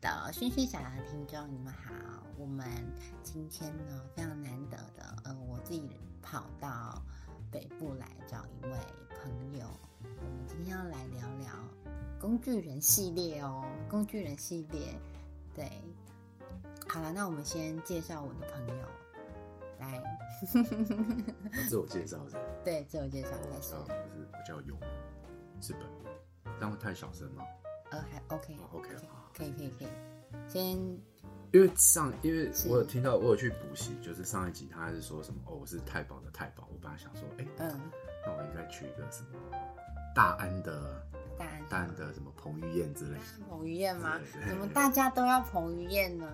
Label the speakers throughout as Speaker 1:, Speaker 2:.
Speaker 1: 呃好，萱萱小羊的听众，你们好。我们今天呢非常难得的，呃，我自己跑到北部来找一位朋友。我们今天要来聊聊工具人系列哦，工具人系列。对，好了，那我们先介绍我的朋友，来，
Speaker 2: 自我介绍是
Speaker 1: 对，自我介绍
Speaker 2: 不
Speaker 1: 开
Speaker 2: 是？
Speaker 1: 始
Speaker 2: 哦，。不是，我叫尤，是本名，这样会太小声吗？
Speaker 1: 呃，还 OK，
Speaker 2: 哦，OK，好好
Speaker 1: 可以，可以，可以。先
Speaker 2: 因为上，因为
Speaker 1: 是
Speaker 2: 我有听到，我有去补习，就是上一集他是说什么哦，我是太保的太保，我本来想说，哎、
Speaker 1: 嗯，
Speaker 2: 那我应该取一个什么大安的
Speaker 1: 大安
Speaker 2: 大安的什么彭于晏之类
Speaker 1: 彭于晏吗
Speaker 2: 对对？对
Speaker 1: 怎么大家都要彭于晏呢？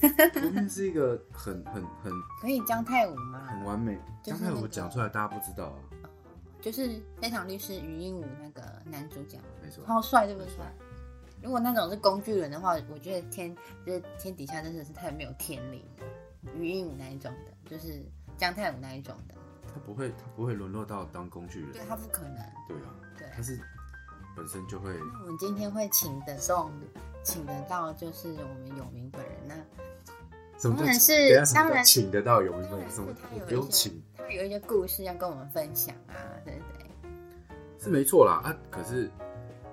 Speaker 2: 的，彭于晏是一个很很很
Speaker 1: 可以姜泰武吗？
Speaker 2: 很完美。
Speaker 1: 就
Speaker 2: 刚
Speaker 1: 是
Speaker 2: 才
Speaker 1: 那
Speaker 2: 我
Speaker 1: 个
Speaker 2: 讲出来，大家不知道啊，
Speaker 1: 就是《非常律师禹英禑》那个男主角，
Speaker 2: 没错，
Speaker 1: 超帅，对不对
Speaker 2: 很帅？
Speaker 1: 如果那种是工具人的话，我觉得天，就是天底下真的是太没有天理了。禹英禑那一种的，就是姜泰武那一种的，
Speaker 2: 他不会他不会沦落到当工具人，
Speaker 1: 对他不可能。
Speaker 2: 对啊，
Speaker 1: 对，
Speaker 2: 他是本身就会
Speaker 1: 那我们今天会请得动，请得到就是我们有名本人那。
Speaker 2: 什么叫
Speaker 1: 当然是
Speaker 2: 请等一下什么
Speaker 1: 当
Speaker 2: 叫
Speaker 1: 然
Speaker 2: 请得到有一
Speaker 1: 当
Speaker 2: 份
Speaker 1: 然是
Speaker 2: 什么
Speaker 1: 他？
Speaker 2: 我
Speaker 1: 有
Speaker 2: 不
Speaker 1: 一
Speaker 2: 用
Speaker 1: 些
Speaker 2: 请
Speaker 1: 他有一些故事要跟我们分享啊，对不对？
Speaker 2: 是没错啦啊，可是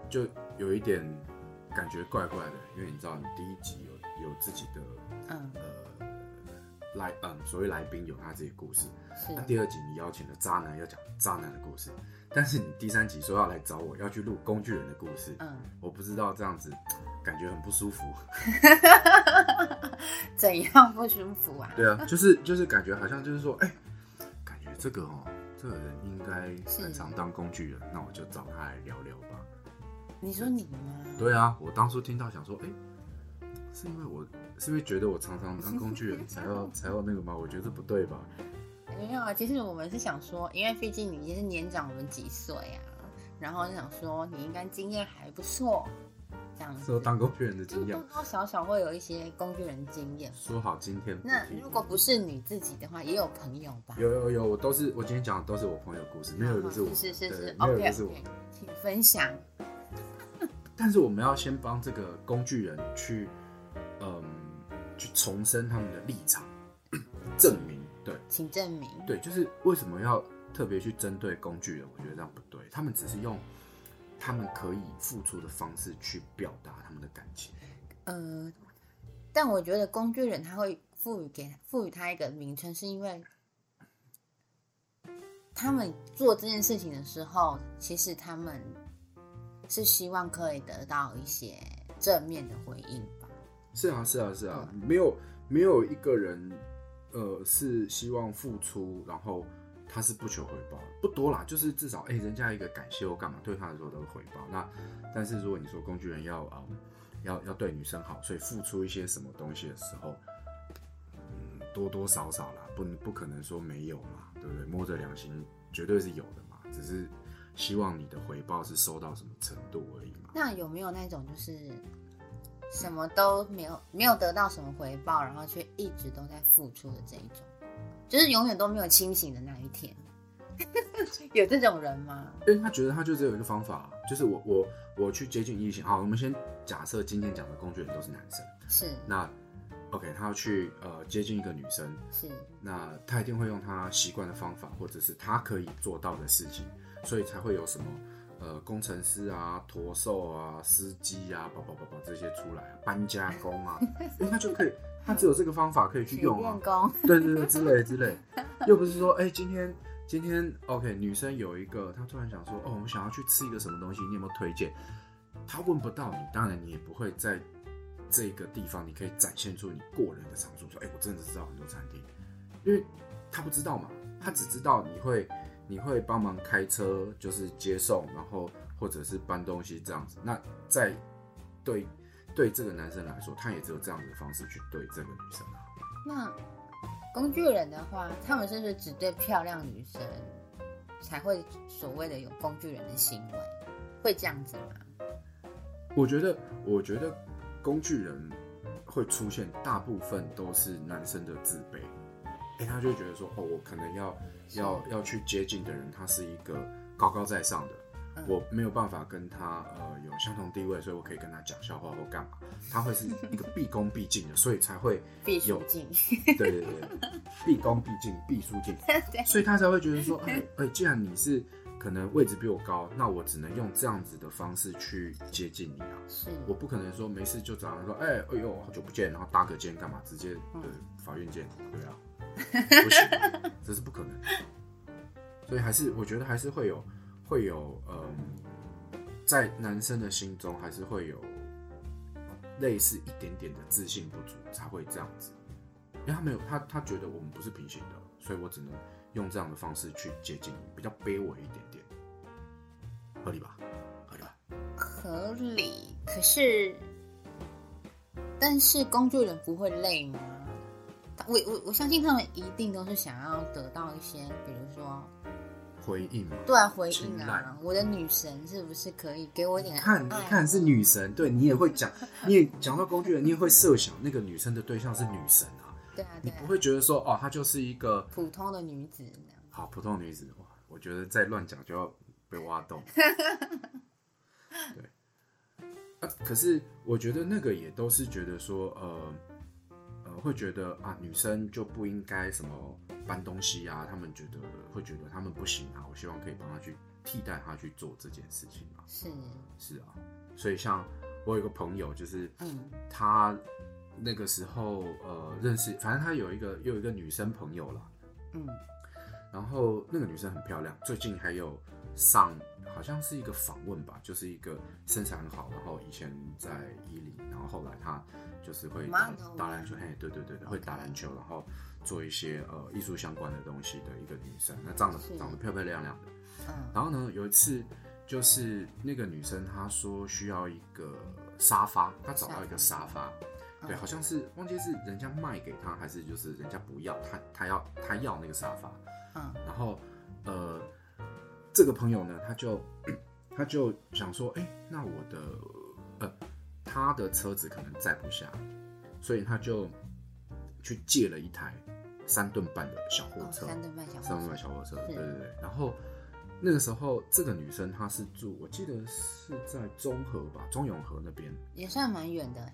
Speaker 2: 就有一点感觉怪怪的，因为你知道，你第一集有有自己的
Speaker 1: 嗯，
Speaker 2: 呃来嗯，所谓来宾有他自己的故事，
Speaker 1: 是
Speaker 2: 那、第二集你邀请了渣男要讲渣男的故事，但是你第三集说要来找我要去录工具人的故事，
Speaker 1: 嗯，
Speaker 2: 我不知道这样子感觉很不舒服。
Speaker 1: 怎样不舒服啊？
Speaker 2: 对啊，就是就是感觉好像就是说，哎、感觉这个哦，这个人应该
Speaker 1: 是
Speaker 2: 很常当工具人，那我就找他来聊聊吧。
Speaker 1: 你说你吗？
Speaker 2: 对啊，我当初听到想说，哎、是因为我是因为觉得我常常当工具人才要才要那个吗？我觉得这不对吧？
Speaker 1: 没有啊，其实我们是想说，因为毕竟你也是年长我们几岁啊，然后就想说你应该经验还不错，这样
Speaker 2: 说
Speaker 1: 子。
Speaker 2: 当工具人的
Speaker 1: 就
Speaker 2: 经 验
Speaker 1: 多，多少少会有一些工具人经验。
Speaker 2: 说好今天不
Speaker 1: 那
Speaker 2: 提
Speaker 1: 如果不是你自己的话，也有朋友吧？啊
Speaker 2: 有有有，我都是我今天讲的都是我朋友的故事，没有一个是我，
Speaker 1: 是是是
Speaker 2: 对
Speaker 1: 是
Speaker 2: 没有一
Speaker 1: ，OK
Speaker 2: 个是我
Speaker 1: OK，请分享。
Speaker 2: 但是我们要先帮这个工具人去，嗯，去重申他们的立场， 证明对。
Speaker 1: 请证明。
Speaker 2: 对，就是为什么要特别去针对工具人？我觉得这样不对，他们只是用他们可以付出的方式去表达他们的感情。
Speaker 1: 呃，但我觉得工具人他会赋予给赋予他一个名称，是因为他们做这件事情的时候，其实他们是希望可以得到一些正面的回应吧。
Speaker 2: 是啊，是啊，是啊，没有没有一个人，呃，是希望付出，然后他是不求回报的，不多啦，就是至少哎、人家一个感谢或干嘛，对他来说都是回报。那但是如果你说工具人要啊、嗯要要对女生好，所以付出一些什么东西的时候，嗯，多多少少啦，不能不可能说没有嘛，对不对？摸着良心，绝对是有的嘛，只是希望你的回报是收到什么程度而已嘛。
Speaker 1: 那有没有那种就是什么都没有没有得到什么回报，然后却一直都在付出的这一种，就是永远都没有清醒的那一天？ 有这种人吗？
Speaker 2: 因为他觉得他就只有一个方法啊、就是我我我去接近异性。好，我们先假设今天讲的工具人都是男生，
Speaker 1: 是
Speaker 2: 那 OK，他要去呃接近一个女生，
Speaker 1: 是，
Speaker 2: 那他一定会用他习惯的方法，或者是他可以做到的事情，所以才会有什么呃工程师啊、驼兽啊、司机啊、叭叭叭叭这些出来啊，搬家工啊，因为他就可以，他只有这个方法可以去
Speaker 1: 许
Speaker 2: 用啊
Speaker 1: 愿。工。
Speaker 2: 对对对，之类之类，又不是说，哎、今天今天 OK，女生有一个，她突然想说，哦，我想要去吃一个什么东西，你有没有推荐？她问不到你，当然你也不会在这个地方，你可以展现出你过人的长处，说，哎、我真的知道很多餐厅，因为她不知道嘛，她只知道你会你会帮忙开车，就是接送，然后或者是搬东西这样子。那在对对这个男生来说，他也只有这样子的方式去对这个女生啊。
Speaker 1: 那工具人的话，他们是不是只对漂亮女生才会所谓的有工具人的行为？会这样子吗？
Speaker 2: 我觉得，我觉得工具人会出现，大部分都是男生的自卑。哎、他就会觉得说，哦，我可能要要要去接近的人，他是一个高高在上的，
Speaker 1: 嗯
Speaker 2: 我没有办法跟他呃有相同地位，所以我可以跟他讲笑话或干嘛，他会是一个毕恭毕敬的，所以才会
Speaker 1: 必须
Speaker 2: 有
Speaker 1: 进，
Speaker 2: 对对对对毕恭毕敬毕书尽，
Speaker 1: 对，
Speaker 2: 所以他才会觉得说，哎哎，既然你是可能位置比我高，那我只能用这样子的方式去接近你啊。
Speaker 1: 是，
Speaker 2: 我不可能说没事就找人说，哎、哎呦，好久不见，然后搭个肩干嘛？直接
Speaker 1: 嗯
Speaker 2: 对法院见，对啊，不行，这是不可能的。所以还是我觉得还是会有会有嗯，在男生的心中还是会有类似一点点的自信不足才会这样子，因为他没有他他觉得我们不是平行的，所以我只能用这样的方式去接近你，比较卑微一点点，合理吧？合理吧？
Speaker 1: 合理。可是，但是工作人不会累吗？他我我我相信他们一定都是想要得到一些，比如说
Speaker 2: 回应嘛。
Speaker 1: 对啊回
Speaker 2: 青
Speaker 1: 应啊
Speaker 2: 睐，
Speaker 1: 我的女神是不是可以给我一点爱？
Speaker 2: 看，你看是女神，对你也会讲，你也讲到工具人，你也会设想那个女生的对象是女神啊，
Speaker 1: 对啊
Speaker 2: 你
Speaker 1: 对啊
Speaker 2: 不，会觉得说哦，她就是一个
Speaker 1: 普通的女子那样
Speaker 2: 好普通的女子哇，我觉得再乱讲就要被挖洞。对、呃可是我觉得那个也都是觉得说，呃呃，会觉得啊，女生就不应该什么搬东西啊，他们觉得会觉得他们不行啊，我希望可以帮她去替代她去做这件事情啊。
Speaker 1: 是，
Speaker 2: 是啊，所以像我有一个朋友，就是
Speaker 1: 嗯
Speaker 2: 他那个时候呃认识，反正他有一个又有一个女生朋友啦，
Speaker 1: 嗯，
Speaker 2: 然后那个女生很漂亮，最近还有上好像是一个访问吧，就是一个身材很好，然后以前在伊犁，然后后来她就是会打
Speaker 1: Model
Speaker 2: 打篮球，嘿，对对对对，会打篮球，然后做一些呃艺术相关的东西的一个女生，那长得
Speaker 1: 是
Speaker 2: 长得漂漂亮亮的。
Speaker 1: 嗯
Speaker 2: 然后呢，有一次就是那个女生她说需要一个沙发，她找到一个沙发，对，
Speaker 1: 嗯
Speaker 2: 好像是忘记是人家卖给她，还是就是人家不要，她她要她要那个沙发。
Speaker 1: 嗯
Speaker 2: 然后呃，这个朋友呢，他就 他就想说，哎、那我的呃，他的车子可能载不下，所以他就去借了一台三吨半的小货
Speaker 1: 哦，
Speaker 2: 车。
Speaker 1: 三顿半小时，
Speaker 2: 三百小火车，
Speaker 1: 是
Speaker 2: 对对对。然后那个时候，这个女生她是住，我记得是在中和吧，中永和那边。
Speaker 1: 也算蛮远的，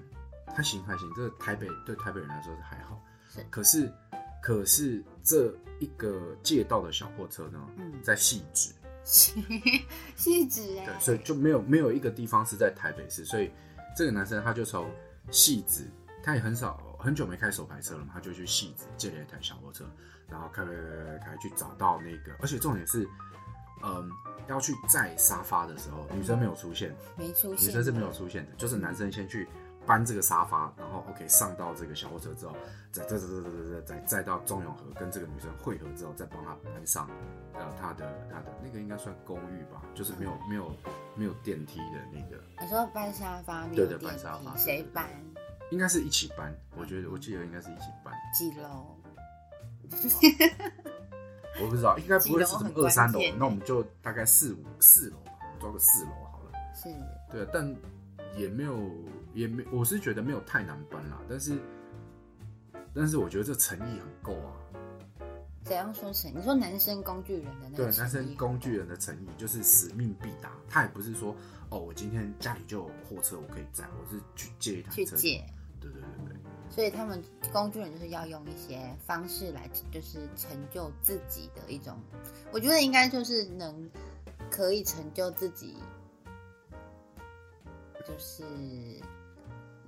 Speaker 2: 还行还行，这个台北对台北人来说是还好。
Speaker 1: 是
Speaker 2: 可是可是这一个借到的小货车呢，
Speaker 1: 嗯
Speaker 2: 在细致，
Speaker 1: 细致哎
Speaker 2: 对，，所以就没有没有一个地方是在台北市，所以这个男生他就从戏子，他也很少很久没开手排车了嘛，他就去戏子借了一台小货车，然后开开开开开去找到那个，而且重点是，嗯，要去载沙发的时候，女生没有出现，
Speaker 1: 没出现，
Speaker 2: 女生是没有，出现的，就是男生先去搬这个沙发，然后 OK 上到这个小货车之后，再再再再再再再再到中永和跟这个女生汇合之后，再帮她搬上呃她的她的那个应该算公寓吧，就是没有
Speaker 1: 嗯
Speaker 2: 没有没有电梯的那个，
Speaker 1: 你说搬沙发没
Speaker 2: 对
Speaker 1: 有
Speaker 2: 对
Speaker 1: 电
Speaker 2: 搬沙发
Speaker 1: 梯，
Speaker 2: 对
Speaker 1: 谁
Speaker 2: 对对
Speaker 1: 搬？
Speaker 2: 应该是一起搬，我觉得我记得应该是一起搬，
Speaker 1: 几楼？
Speaker 2: 我不知道应该不会是什么二三楼
Speaker 1: 几楼很关键，欸
Speaker 2: 那我们就大概四五四楼吧，我们抓个四楼好了。
Speaker 1: 是
Speaker 2: 对，啊但也没有，也没，我是觉得没有太难搬啦。但是，但是我觉得这诚意很够啊。
Speaker 1: 怎样说成？你说男生工具人的那
Speaker 2: 对
Speaker 1: 个，
Speaker 2: 男
Speaker 1: 诚
Speaker 2: 生
Speaker 1: 意
Speaker 2: 工具人的诚意就是使命必达，他也不是说哦，我今天家里就有货车，我可以载，我是去借一台
Speaker 1: 去
Speaker 2: 车。
Speaker 1: 借，
Speaker 2: 对对对对，
Speaker 1: 所以他们工具人就是要用一些方式来，就是成就自己的一种，我觉得应该就是能可以成就自己，就是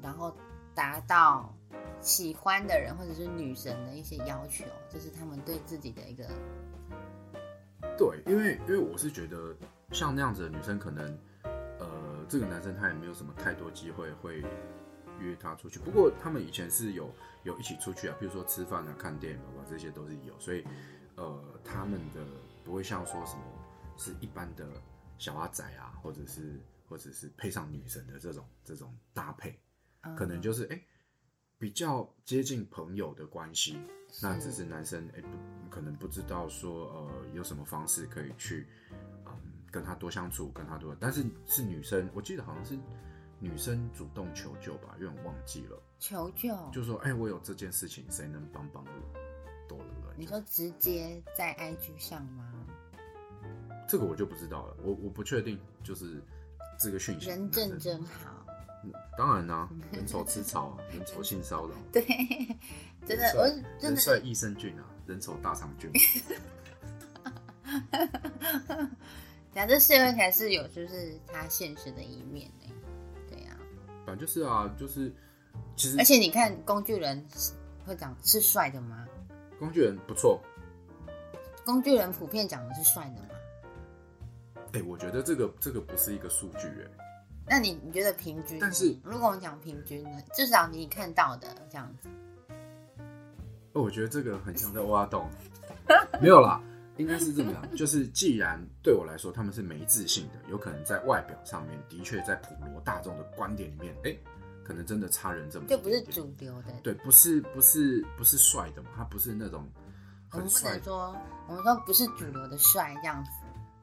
Speaker 1: 然后达到喜欢的人或者是女神的一些要求，这是他们对自己的一个
Speaker 2: 对，因为因为我是觉得像那样子的女生，可能呃，这个男生他也没有什么太多机会会约她出去。不过他们以前是有有一起出去啊，比如说吃饭啊、看电影啊，这些都是有。所以呃，他们的不会像说什么是一般的小阿仔啊，或者是或者是配上女神的这种这种搭配，
Speaker 1: 嗯
Speaker 2: 可能就是哎、诶比较接近朋友的关系，那只是男生哎、诶不可能不知道说呃有什么方式可以去嗯跟他多相处，跟他多，但是是女生，我记得好像是女生主动求救吧，有点忘记了，
Speaker 1: 求救，
Speaker 2: 就说哎、诶我有这件事情，谁能帮帮我？多了，
Speaker 1: 你说直接在 IG 上吗？
Speaker 2: 这个我就不知道了，我我不确定，就是这个讯息。
Speaker 1: 人正真好，
Speaker 2: 嗯当然啦、人丑吃草、啊，人丑性骚扰，
Speaker 1: 对，真的，我
Speaker 2: 人帅
Speaker 1: 真
Speaker 2: 人帅
Speaker 1: 的
Speaker 2: 益生菌啊，人丑大肠菌。啊
Speaker 1: 假设社会才是有就是它现实的一面呢、对呀、
Speaker 2: 反正就是啊，就是其实
Speaker 1: 而且你看工具人会长是帅的吗？
Speaker 2: 工具人不错。
Speaker 1: 工具人普遍长得是帅的吗？
Speaker 2: 哎、我觉得这个这个不是一个数据哎、
Speaker 1: 那你你觉得平均呢？
Speaker 2: 但是
Speaker 1: 如果我们讲平均呢，至少你看到的这样子，
Speaker 2: 哦，我觉得这个很像在挖 洞。没有啦，应该是这么讲，就是既然对我来说他们是没自信的，有可能在外表上面的确在普罗大众的观点里面，哎、可能真的差人这么一
Speaker 1: 就不是
Speaker 2: 点点
Speaker 1: 主流的。
Speaker 2: 对，不是不是不是帅的嘛，他不是那种
Speaker 1: 我们
Speaker 2: 很
Speaker 1: 不
Speaker 2: 帅
Speaker 1: 能
Speaker 2: 的，
Speaker 1: 说我们说不是主流的帅这样子。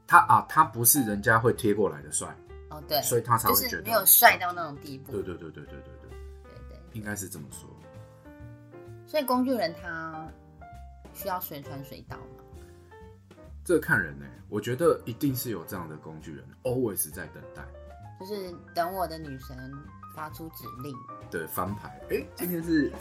Speaker 2: 他啊他不是人家会贴过来的帅，
Speaker 1: 哦，对，
Speaker 2: 所以他才
Speaker 1: 就
Speaker 2: 会觉
Speaker 1: 是
Speaker 2: 得
Speaker 1: 没有帅到那种地步。
Speaker 2: 对对对对对对对，
Speaker 1: 对对
Speaker 2: 应该是这么说。
Speaker 1: 所以工具人他需要随传随到嘛？
Speaker 2: 这个看人呢、我觉得一定是有这样的工具人，always 在等待。
Speaker 1: 就是等我的女神发出指令，
Speaker 2: 的翻牌。哎、今天 是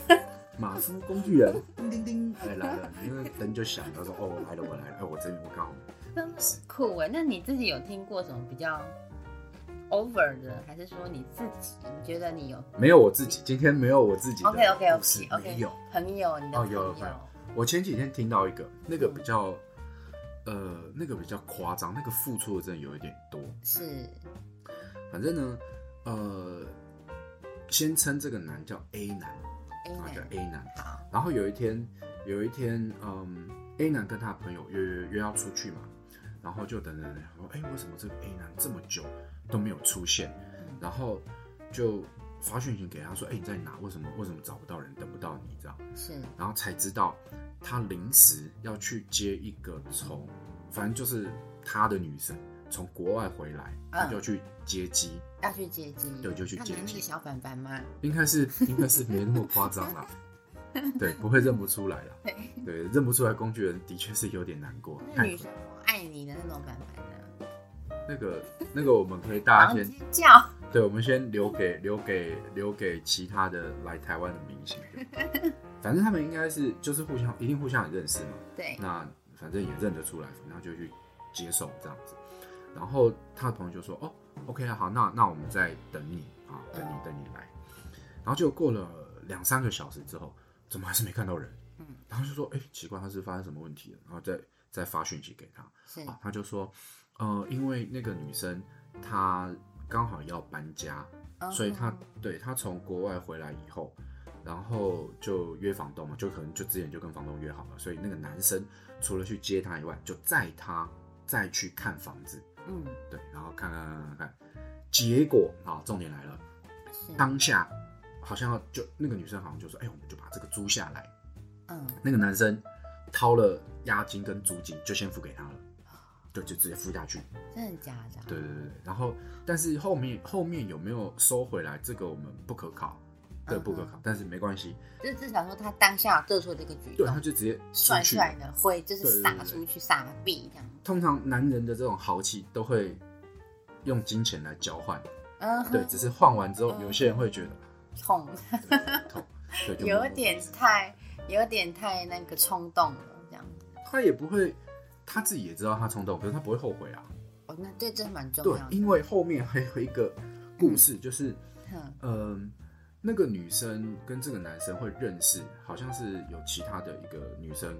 Speaker 2: 马夫工具人，叮叮叮，哎来了，因为灯就响，他说哦我来了我来了，哎我这边我刚好
Speaker 1: 真的很酷哎。那你自己有听过什么比较 over 的，还是说你自己你觉得你有
Speaker 2: 没有我自己，今天没有我自己的
Speaker 1: OK OK
Speaker 2: 故事
Speaker 1: OK
Speaker 2: 没
Speaker 1: OK
Speaker 2: 有。
Speaker 1: 朋友，你的
Speaker 2: 哦
Speaker 1: 朋
Speaker 2: 有
Speaker 1: 友
Speaker 2: 有朋友我前几天听到一个，那个比较，呃，那个比较夸张，那个付出的真的有一点多。
Speaker 1: 是
Speaker 2: 反正呢，呃，先称这个男叫 A 男，
Speaker 1: A
Speaker 2: 啊叫
Speaker 1: 男，
Speaker 2: A 男，
Speaker 1: 好，
Speaker 2: 然后有一天，有一天，嗯，A 男跟他朋友约约约要出去嘛，然后就等等等，说，哎、为什么这个 A 男这么久都没有出现？然后就发讯息给他说，哎、你在哪？为什么为什么找不到人，等不到你这样？
Speaker 1: 是
Speaker 2: 然后才知道他临时要去接一个从，反正就是他的女生从国外回来，他就去接机。
Speaker 1: 要去接机，
Speaker 2: 对就去
Speaker 1: 他
Speaker 2: 接
Speaker 1: 拿那
Speaker 2: 机
Speaker 1: 个小板板吗？
Speaker 2: 应该是应该是没那么夸张 啦，对，不会认不出来啦。对，认不出来工具人的确是有点难过。
Speaker 1: 那
Speaker 2: 看
Speaker 1: 女神我爱你的那种啊板板呢？
Speaker 2: 那个那个，我们可以大家
Speaker 1: 房
Speaker 2: 先，
Speaker 1: 间叫
Speaker 2: 对，我们先留给留给留给其他的来台湾的明 星就好。反正他们应该是就是互相一定互相很认识嘛，
Speaker 1: 对，
Speaker 2: 那反正也认得出来，然后就去接受这样子。然后他的朋友就说：“哦，OK 啊，好，那那我们再等你啊，等你等你来。”然后就过了两三个小时之后，怎么还是没看到人？
Speaker 1: 嗯，
Speaker 2: 然后就说：“哎、奇怪，他是发生什么问题了？”然后再再发讯息给他，
Speaker 1: 是
Speaker 2: 啊，他就说：“呃，因为那个女生她刚好要搬家，
Speaker 1: 嗯
Speaker 2: 所以他对他从国外回来以后，然后就约房东嘛，就可能就之前就跟房东约好了，所以那个男生除了去接他以外，就载他再去看房子，
Speaker 1: 嗯
Speaker 2: 对，然后看看看看看，结果啊，重点来了，
Speaker 1: 嗯是
Speaker 2: 当下好像要就那个女生好像就说，哎、我们就把这个租下来，
Speaker 1: 嗯
Speaker 2: 那个男生掏了押金跟租金，就先付给他了，对，就直接付下去，
Speaker 1: 真的假的？啊嗯
Speaker 2: 对对对对，然后但是后面后面有没有收回来，这个我们不可考，对，
Speaker 1: 嗯哼
Speaker 2: 不可考，但是没关系，
Speaker 1: 就至少说他当下做出这个举
Speaker 2: 对，他
Speaker 1: 动，
Speaker 2: 就直接出
Speaker 1: 帅
Speaker 2: 去。
Speaker 1: 帅的会就
Speaker 2: 对
Speaker 1: 是
Speaker 2: 对
Speaker 1: 撒
Speaker 2: 对对
Speaker 1: 出去撒币这样，
Speaker 2: 通常男人的这种豪气都会用金钱来交换，
Speaker 1: 嗯哼，
Speaker 2: 对，只是换完之后，
Speaker 1: 嗯
Speaker 2: 有些人会觉得
Speaker 1: 痛，
Speaker 2: 痛，对，就默
Speaker 1: 有
Speaker 2: 默
Speaker 1: 点
Speaker 2: 地
Speaker 1: 太有点太那个冲动了这样。
Speaker 2: 他也不会，他自己也知道他冲动，可是他不会后悔啊，
Speaker 1: 哦，那对，这蛮重
Speaker 2: 对
Speaker 1: 要，的。
Speaker 2: 因为后面还有一个故事，就是
Speaker 1: 哼
Speaker 2: 嗯，那个女生跟这个男生会认识，好像是有其他的一个女生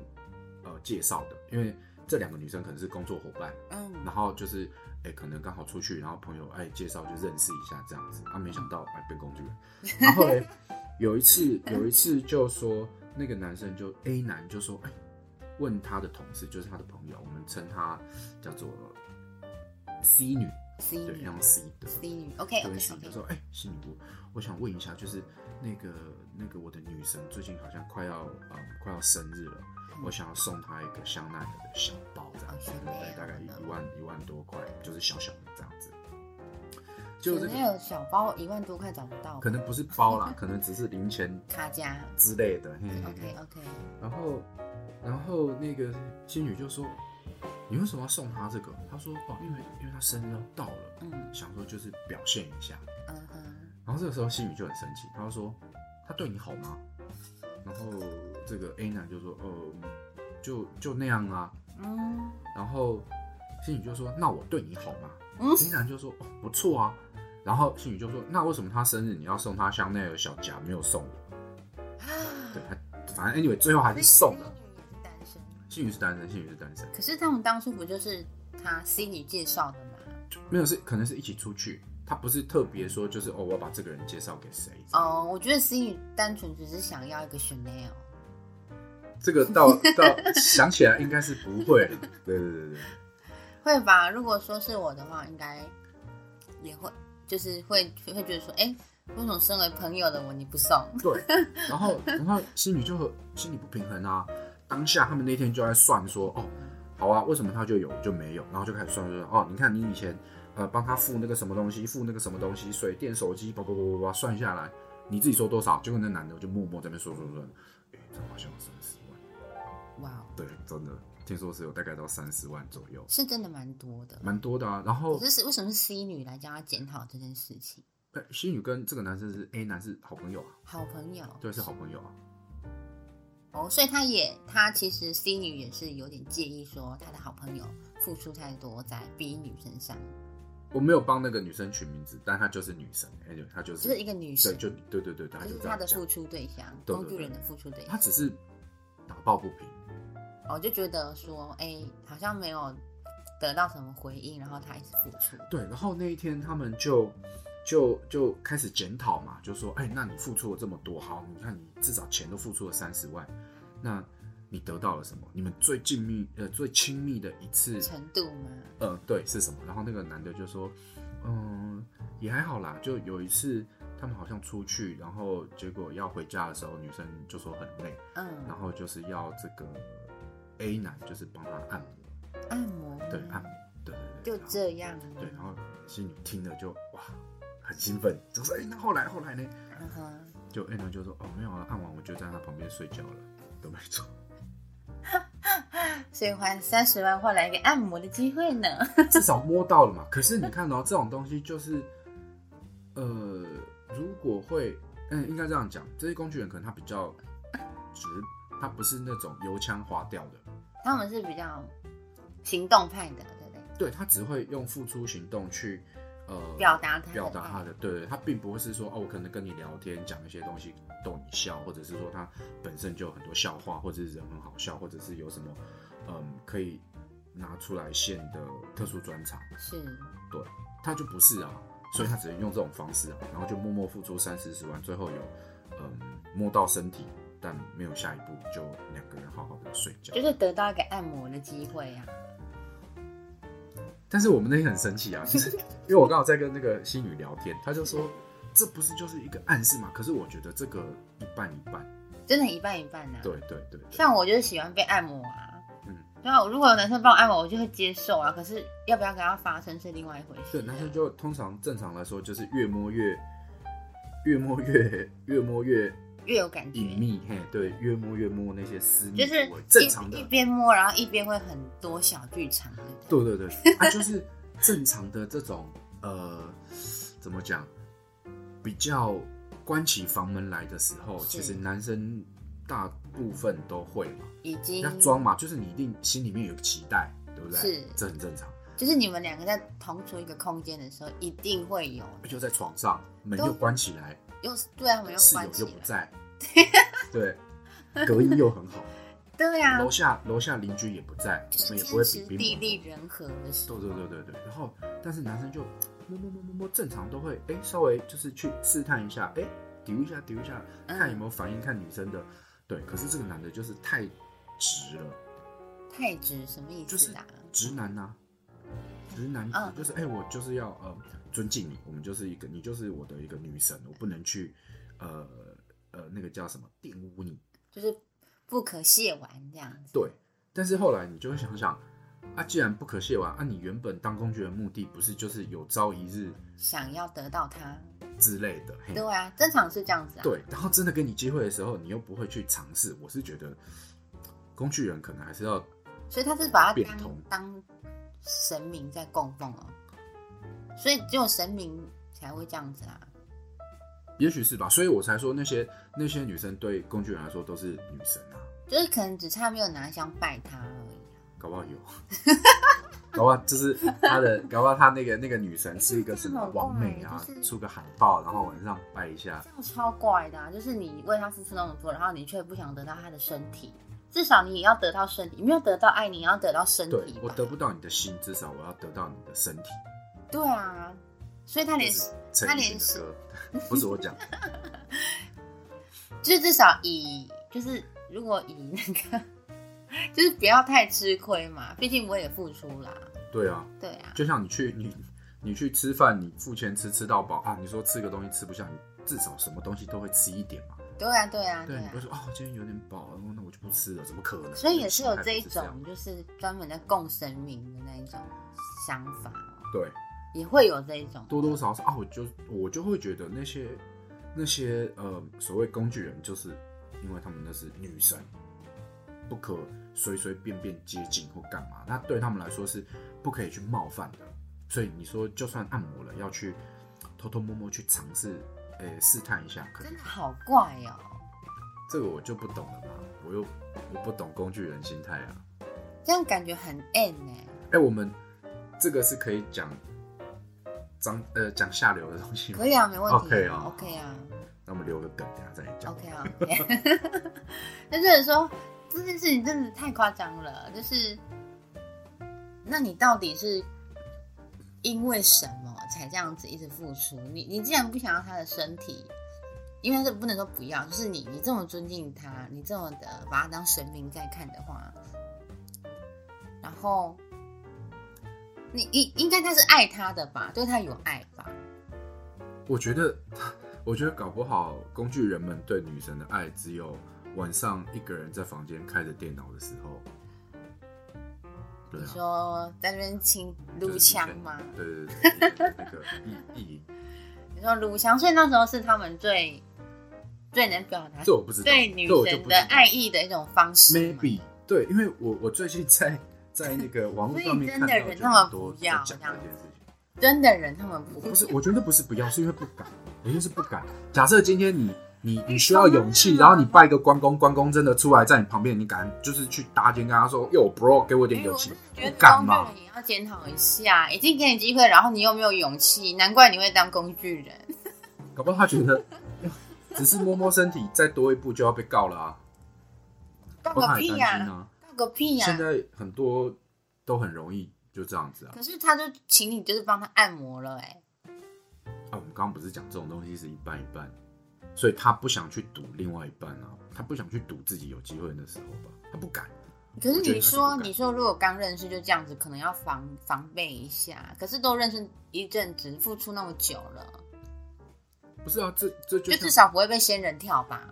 Speaker 2: 呃介绍的，因为这两个女生可能是工作伙伴，
Speaker 1: 嗯
Speaker 2: 然后就是哎、可能刚好出去，然后朋友哎、介绍就认识一下这样子，啊没想到哎、变工具人，然后嘞有一次有一次就说那个男生就 A 男就说哎、问他的同事就是他的朋友，我们称他叫做 C 女，
Speaker 1: ，C
Speaker 2: 对，
Speaker 1: 女
Speaker 2: 让 C 的。
Speaker 1: ，C 女，OK
Speaker 2: 对
Speaker 1: OK
Speaker 2: 是，他
Speaker 1: OK，
Speaker 2: 说：“哎、心理部，我想问一下，就是那个那个我的女神最近好像快要呃快要生日了，我想要送她一个香奈儿的小包，这样子，
Speaker 1: 哦
Speaker 2: 大概
Speaker 1: 嗯香奈
Speaker 2: 大概
Speaker 1: 儿的
Speaker 2: 一万一万多块，就是小小的这样子。就
Speaker 1: 有
Speaker 2: 这
Speaker 1: 那
Speaker 2: 个
Speaker 1: 有小包一万多块找不到，
Speaker 2: 可能不是包啦，可能只是零钱
Speaker 1: 卡夹
Speaker 2: 之 类的。嘿嘿嘿
Speaker 1: ，OK OK，
Speaker 2: 然后然后那个仙女就说：你为什么要送他这个？他说哦，因为因为他生日要到了，
Speaker 1: 嗯
Speaker 2: 想说就是表现一下。
Speaker 1: 嗯哼，
Speaker 2: 然后这个时候心宇就很生气，他就说他对你好吗？然后这个 A 男就说哦，就就那样啊。
Speaker 1: 嗯
Speaker 2: 然后心宇就说那我对你好吗？
Speaker 1: 嗯
Speaker 2: A 男就说哦不错啊。然后心宇就说那为什么他生日你要送他香奈儿小夹没有送我？对，他反正 anyway 最后还是送了。。
Speaker 1: 是单身，
Speaker 2: 心宇是单身，心宇是单身，
Speaker 1: 可是他们当初不就是他 C 女介绍的吗？
Speaker 2: 没有是可能是一起出去，他不是特别说就是哦我要把这个人介绍给谁。
Speaker 1: 哦，我觉得 C 女单纯只是想要一个 Chanel。
Speaker 2: 这个到到想起来应该是不会了。对对对对，
Speaker 1: 会吧？如果说是我的话，应该也会，就是会会觉得说，哎、为什么身为朋友的我你不送？
Speaker 2: 对，然后然后心里就很心里不平衡啊。当下他们那天就在算说，哦，好啊，为什么他就有我就没有？然后就开始算说，哦，你看你以前呃帮他付那个什么东西，付那个什么东西，水电、手机，叭叭叭叭叭算下来，你自己说多少？结果那男的就默默在那边说说说，哎、这好像有三十万，
Speaker 1: 哇哦，
Speaker 2: 对，真的，听说是有大概到三十万左右，
Speaker 1: 是真的蛮多的。
Speaker 2: 蛮多的啊。然后
Speaker 1: 可是是为什么是 C 女来教他检讨这件事情？
Speaker 2: 呃心宇跟这个男生是 A 男是好朋友啊，
Speaker 1: 好朋友
Speaker 2: 对，是好朋友啊。
Speaker 1: 哦，所以他也他其实 C 女也是有点介意说他的好朋友付出太多在 B 女身上，
Speaker 2: 我没有帮那个女生取名字，但她就是女生，哎、她就
Speaker 1: 就是是一个女
Speaker 2: 对，
Speaker 1: 生，
Speaker 2: 就对对对，她
Speaker 1: 就是
Speaker 2: 就这
Speaker 1: 她
Speaker 2: 样
Speaker 1: 的
Speaker 2: 讲
Speaker 1: 付。出对象，
Speaker 2: 对对
Speaker 1: 工具
Speaker 2: 对
Speaker 1: 人的付出对象。哦
Speaker 2: 她只是打抱不平，
Speaker 1: 我就觉得说，哎、好像没有得到什么回应，然后他一直付出。
Speaker 2: 对。然后那一天他们就就就开始检讨嘛，就说，哎、那你付出了这么多，好，你看你至少钱都付出了三十万，那你得到了什么？你们最亲密呃最亲密的一次
Speaker 1: 程度吗？
Speaker 2: 呃，对，是什么？然后那个男的就说，嗯，也还好啦，就有一次他们好像出去，然后结果要回家的时候，女生就说很累，然
Speaker 1: 嗯，
Speaker 2: 后就是要这个 A 男就是帮他按摩，
Speaker 1: 按摩
Speaker 2: 对，按摩，对对对，
Speaker 1: 就
Speaker 2: 然后
Speaker 1: 这样啊吗？
Speaker 2: 对，然后心里听了就哇很兴奋，就说哎、那后来后来呢？
Speaker 1: 嗯哼，
Speaker 2: 就 A 男就说哦没有啊，按完我就在他旁边睡觉了，都没 做，
Speaker 1: 所以花三十万换来一个按摩的机会 呢。
Speaker 2: 至少摸到了嘛。可是你看哦，这种东西就是，呃，如果会，嗯，应该这样讲，这些工具人可能他比较直，他不是那种油腔滑调的，
Speaker 1: 他们是比较行动派的，对不对？
Speaker 2: 对他只会用付出行动去，呃，
Speaker 1: 表达他的
Speaker 2: 表达
Speaker 1: 爱
Speaker 2: 他的，对对，他并不会是说哦，我可能跟你聊天讲一些东西逗你笑，或者是说他本身就有很多笑话，或者是人很好笑，或者是有什么，嗯，可以拿出来献的特殊专长。
Speaker 1: 是，
Speaker 2: 他就不是啊，所以他只能用这种方式啊，然后就默默付出三四十万，最后有嗯摸到身体，但没有下一步，就两个人好好的睡觉
Speaker 1: 就。是得到一个按摩的机会啊。
Speaker 2: 但是我们那天很生气 啊，就是因为我刚好在跟那个新宇聊天，他就说这不是就是一个暗示吗？可是我觉得这个一半一半，
Speaker 1: 真的，一半一半啊。
Speaker 2: 对，对对对，
Speaker 1: 像我就是喜欢被按摩啊。
Speaker 2: 嗯
Speaker 1: 对啊，如果有男生帮我按摩，我就会接受啊。可是要不要跟他发生是另外一回事
Speaker 2: 对，
Speaker 1: 啊。
Speaker 2: 男生就通常正常来说就是越摸越越摸越越摸越
Speaker 1: 越有感觉，
Speaker 2: 隐秘，嘿，对，越摸越摸那些私密
Speaker 1: 就
Speaker 2: 部位，
Speaker 1: 是
Speaker 2: 正常的
Speaker 1: 一一边摸，然后一边会很多小剧场，对不对？
Speaker 2: 对对对，啊，就是正常的这种呃，怎么讲，比较关起房门来的时候，
Speaker 1: 是
Speaker 2: 其实男生大部分都会嘛，
Speaker 1: 已经
Speaker 2: 要装嘛，就是你一定心里面有个期待，对不对？
Speaker 1: 是
Speaker 2: 这很正常。
Speaker 1: 就是你们两个在同处一个空间的时候，一定会有，
Speaker 2: 就在床上，门
Speaker 1: 都
Speaker 2: 又关起来，
Speaker 1: 又是对啊，我们又
Speaker 2: 室
Speaker 1: 关
Speaker 2: 友
Speaker 1: 起
Speaker 2: 又不
Speaker 1: 来，
Speaker 2: 在，对，隔音又很好，
Speaker 1: 对 啊，
Speaker 2: 楼下楼下邻居也不在，
Speaker 1: 就是
Speaker 2: 我们也不
Speaker 1: 天
Speaker 2: 会比
Speaker 1: 时
Speaker 2: 比
Speaker 1: 地
Speaker 2: 我们
Speaker 1: 利人和的时
Speaker 2: 对
Speaker 1: 候，
Speaker 2: 对对对对，然后但是男生就摸摸摸摸摸，正常都会哎、稍微就是去试探一下，哎、丢一下丢一下，
Speaker 1: 嗯
Speaker 2: 看有没有反应，看女生的。对，可是这个男的就是太直了，
Speaker 1: 太直什么意
Speaker 2: 就是
Speaker 1: 思啊？
Speaker 2: 直男呐、直男
Speaker 1: 嗯
Speaker 2: 就是哎、我就是要呃尊敬你，我们就是一个你就是我的一个女神，我不能去呃呃那个叫什么玷污你。
Speaker 1: 就是不可亵玩这样子，
Speaker 2: 对，但是后来你就会想想。啊，既然不可亵玩，啊，你原本当工具人的目的不是就是有朝一日
Speaker 1: 想要得到他，
Speaker 2: 之类的？嘿
Speaker 1: 对啊，正常是这样子啊，
Speaker 2: 对，然后真的给你机会的时候，你又不会去尝试，我是觉得工具人可能还是要
Speaker 1: 所以他是把它
Speaker 2: 变
Speaker 1: 当
Speaker 2: 通
Speaker 1: 当神明在供奉哦，所以只有神明才会这样子啊。
Speaker 2: 也许是吧，所以我才说那些那些女生对工具人来说都是女神啊，
Speaker 1: 就是可能只差没有拿香拜他而已、
Speaker 2: 搞不好有，搞不好就是 他的，搞不好他那个那个女神是一个什么
Speaker 1: 哎
Speaker 2: 王美啊
Speaker 1: 就是，
Speaker 2: 出个海报，然后晚上拜一
Speaker 1: 啊，
Speaker 2: 下
Speaker 1: 这，样超怪的、啊。就是你为他付出那么多，然后你却不想得到他的身体，至少你也要得到身体，你没有得到爱，你也要得到身
Speaker 2: 对
Speaker 1: 体吧？
Speaker 2: 我得不到你的心，至少我要得到你的身体。
Speaker 1: 对啊，所以他连
Speaker 2: 就是陈奕迅的歌， 不是我讲，
Speaker 1: 就是至少以就是如果以那个 就是不要太吃亏嘛，毕竟我也付出啦。
Speaker 2: 对啊，
Speaker 1: 对啊，
Speaker 2: 就像你去你你去吃饭，你付钱吃吃到饱啊，你说吃个东西吃不下，你至少什么东西都会吃一点嘛。
Speaker 1: 对啊，对啊，
Speaker 2: 对，你
Speaker 1: 啊
Speaker 2: 不会。说哦，今天有点饱，哦那我就不吃了，怎么可能？
Speaker 1: 所以也是有
Speaker 2: 心态
Speaker 1: 这一
Speaker 2: 不是样
Speaker 1: 种，就是专门在供神明的那一种想法哦，
Speaker 2: 对，
Speaker 1: 也会有这一种。
Speaker 2: 多多少少啊，我就我就会觉得那些那些呃所谓工具人，就是因为他们那是女神，不可随随便便接近或干嘛，那对他们来说是不可以去冒犯的。所以你说，就算按摩了，要去偷偷摸摸去尝试，诶、试探一下，可能
Speaker 1: 真的好怪哦。
Speaker 2: 这个我就不懂了吧？我又我不懂工具人心态啊。
Speaker 1: 这样感觉很 N 欸呢、
Speaker 2: 哎、我们这个是可以讲脏呃讲下流的东西吗
Speaker 1: 可？以啊，没问题、
Speaker 2: OK 啊
Speaker 1: ，OK 啊
Speaker 2: 那我们留个梗，等一下再讲。
Speaker 1: ，OK 啊，OK。那 就是说这件事情真的太夸张了，就是，那你到底是因为什么才这样子一直付出？你你既然不想要他的身体，因为这不能说不要，就是你你这么尊敬他，你这么的把他当神明在看的话，然后你应应该他是爱他的吧，对他有爱吧？
Speaker 2: 我觉得，我觉得搞不好工具人们对女神的爱只有晚上一个人在房间开着电脑的时候。对
Speaker 1: 你
Speaker 2: 啊，
Speaker 1: 说在那边亲撸枪吗？
Speaker 2: 对对对，对那个意意淫，
Speaker 1: 你说撸枪，所以那时候是他们最最能表达
Speaker 2: 这我不知道，
Speaker 1: 对女
Speaker 2: 这我就
Speaker 1: 神
Speaker 2: 不知
Speaker 1: 的
Speaker 2: 道
Speaker 1: 爱意的一种方式嘛。
Speaker 2: maybe 对，因为我我最近在在那个网络上面看到
Speaker 1: 所以真的人
Speaker 2: 就
Speaker 1: 那么
Speaker 2: 很多
Speaker 1: 不要
Speaker 2: 在讲这件事情。
Speaker 1: 真的人他们不
Speaker 2: 不是，我觉得不是不要，是因为不敢，我就是不敢。假设今天你你你需要勇气，然后你拜个关公，关公真的出来在你旁边，你敢就是去搭肩跟他说：“哟，bro，给我点
Speaker 1: 哎
Speaker 2: 勇
Speaker 1: 我
Speaker 2: 气。
Speaker 1: 真的觉
Speaker 2: 不
Speaker 1: 得
Speaker 2: 敢
Speaker 1: 工具
Speaker 2: 嘛
Speaker 1: 人也要检讨一下，已经给你机会，然后你又没有勇气，难怪你会当工具人。
Speaker 2: 搞不好他觉得 只是摸摸身体，再多一步就要被告了啊，
Speaker 1: 告
Speaker 2: 不然
Speaker 1: 个
Speaker 2: 他也
Speaker 1: 屁
Speaker 2: 担
Speaker 1: 呀、
Speaker 2: 心啊。
Speaker 1: 告个屁呀、
Speaker 2: 现在很多都很容易就这样子啊。
Speaker 1: 可是他就请你就是帮他按摩了、哎，
Speaker 2: 啊，我们刚刚不是讲这种东西是一半一半，所以他不想去赌另外一半啊，他不想去赌自己有机会的时候吧，他不敢。
Speaker 1: 可是
Speaker 2: 我觉得
Speaker 1: 你
Speaker 2: 应该是
Speaker 1: 说，
Speaker 2: 不敢
Speaker 1: 你说如果刚认识就这样子，可能要防防备一下。可是都认识一阵子，付出那么久了，
Speaker 2: 不是啊，这这
Speaker 1: 就
Speaker 2: 就像
Speaker 1: 至少不会被仙人跳吧？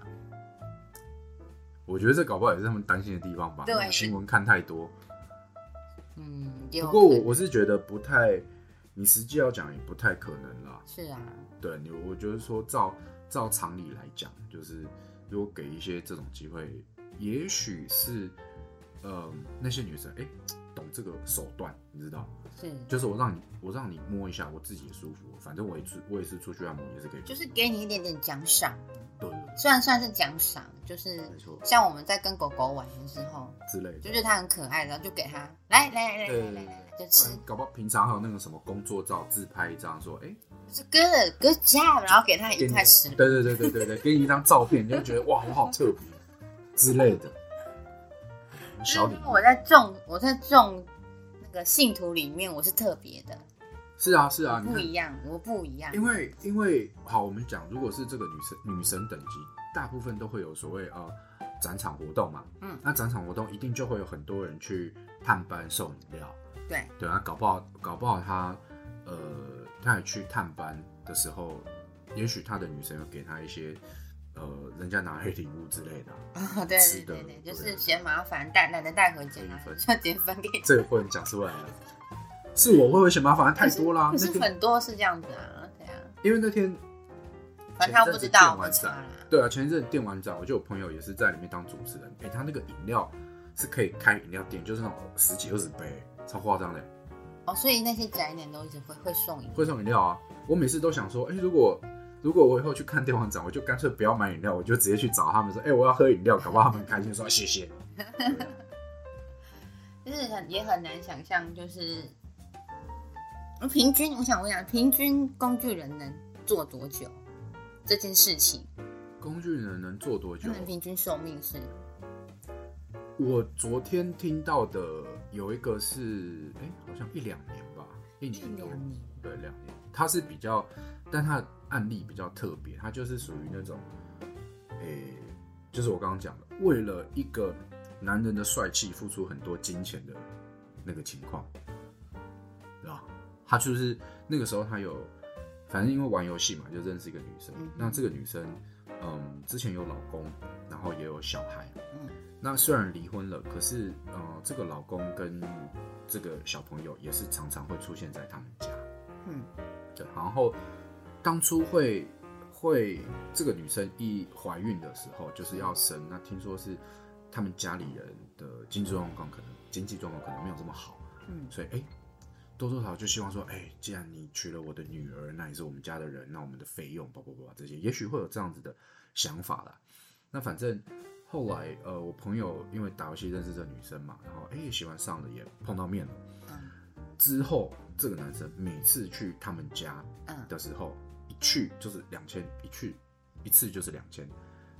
Speaker 2: 我觉得这搞不好也是他们担心的地方吧。
Speaker 1: 对
Speaker 2: 因为新闻看太多。
Speaker 1: 嗯，也有
Speaker 2: 不
Speaker 1: 可
Speaker 2: 过我
Speaker 1: 能
Speaker 2: 我是觉得不太，你实际要讲也不太可能啦。
Speaker 1: 是啊，
Speaker 2: 对你，我觉得说照照常理来讲，就是如果给一些这种机会，也许是，呃，那些女生哎、懂这个手段，你知道，
Speaker 1: 是
Speaker 2: 就是我让你我让你摸一下，我自己也舒服，反正我也是我也是出去按摩也是可以，
Speaker 1: 就是给你一点点奖赏，
Speaker 2: 对对对
Speaker 1: 虽然算是奖赏，就是
Speaker 2: 没错
Speaker 1: 像我们在跟狗狗玩的时候，
Speaker 2: 之类的。
Speaker 1: 就觉得它很可爱，然后就给它来来来来来
Speaker 2: 对对
Speaker 1: 来
Speaker 2: 对
Speaker 1: 来，就
Speaker 2: 对，
Speaker 1: 吃
Speaker 2: 不然搞不好平常还有那种什么工作照自拍一张，说哎、
Speaker 1: 就是 good good job，然后给它
Speaker 2: 给
Speaker 1: 一
Speaker 2: 你
Speaker 1: 块石头，
Speaker 2: 对对对对对对，给你一张照片，你就觉得哇，我好特别之类的。小
Speaker 1: 就是
Speaker 2: 礼物
Speaker 1: 我在众我在众那个信徒里面我是特别的，
Speaker 2: 是啊是啊，你
Speaker 1: 不
Speaker 2: 看
Speaker 1: 一，样，我不一样，
Speaker 2: 因为因为好，我们讲，如果是这个女生女神等级，大部分都会有所谓呃展场活动嘛，
Speaker 1: 嗯
Speaker 2: 那展场活动一定就会有很多人去探班送饮料，
Speaker 1: 对
Speaker 2: 对啊，搞不好搞不好他呃，他也去探班的时候，也许他的女神有给他一些呃人家拿来礼物之类的啊、
Speaker 1: 啊，对对
Speaker 2: 吃的
Speaker 1: 对对，就
Speaker 2: 对
Speaker 1: 是
Speaker 2: 对
Speaker 1: 嫌麻烦，带懒得带回家
Speaker 2: 可
Speaker 1: 啊
Speaker 2: 以，分
Speaker 1: 就直接分给你。
Speaker 2: 这个不能讲出来了。是我会不会嫌麻烦？ 太多
Speaker 1: 可
Speaker 2: 啦。那
Speaker 1: 是
Speaker 2: 天
Speaker 1: 很多是这样子啊，对啊，
Speaker 2: 因为那天
Speaker 1: 反正他不知道，
Speaker 2: 前一
Speaker 1: 不
Speaker 2: 阵子电玩
Speaker 1: 查
Speaker 2: 展
Speaker 1: 啦。
Speaker 2: 对啊，前一阵电玩展，我就有朋友也是在里面当主持人。哎、他那个饮料是可以开饮料店，就是那种十几二十杯，超夸张的。
Speaker 1: 哦，所以那些宅男都一直会会送饮料，
Speaker 2: 会送饮料啊，我每次都想说，哎、如果如果我以后去看电玩展，我就干脆不要买饮料，我就直接去找他们说，哎、我要喝饮料，搞不好他们很开心说谢谢。啊
Speaker 1: 就是很也很难想象，就是平均，我想问一下，平均工具人能做多久这件事情？
Speaker 2: 工具人能做多
Speaker 1: 他
Speaker 2: 久？
Speaker 1: 们平均寿命是
Speaker 2: 我昨天听到的有一个是，哎、好像一两年吧，一
Speaker 1: 一
Speaker 2: 年多，
Speaker 1: 两年，
Speaker 2: 对，两年。他是比较，但他的案例比较特别，他就是属于那种，诶、就是我刚刚讲的，为了一个男人的帅气付出很多金钱的那个情况，对吧？他就是那个时候他有，反正因为玩游戏嘛，就认识一个女生。
Speaker 1: 嗯
Speaker 2: 那这个女生，嗯，之前有老公，然后也有小孩，
Speaker 1: 嗯，
Speaker 2: 那虽然离婚了，可是呃，这个老公跟这个小朋友也是常常会出现在他们家。
Speaker 1: 嗯，
Speaker 2: 对。然后当初会会这个女生一怀孕的时候，就是要生。那听说是他们家里人的经济状况可能经济状况可能没有这么好，
Speaker 1: 嗯
Speaker 2: 所以哎、多多少少就希望说，哎、既然你娶了我的女儿，那也是我们家的人，那我们的费用，叭叭叭这些，也许会有这样子的想法啦。那反正后来，呃，我朋友因为打游戏认识这女生嘛，然后哎、也喜欢上了，也碰到面了。
Speaker 1: 嗯
Speaker 2: 之后，这个男生每次去他们家
Speaker 1: 嗯
Speaker 2: 的时候，一去就是两千，一去一次就是两千，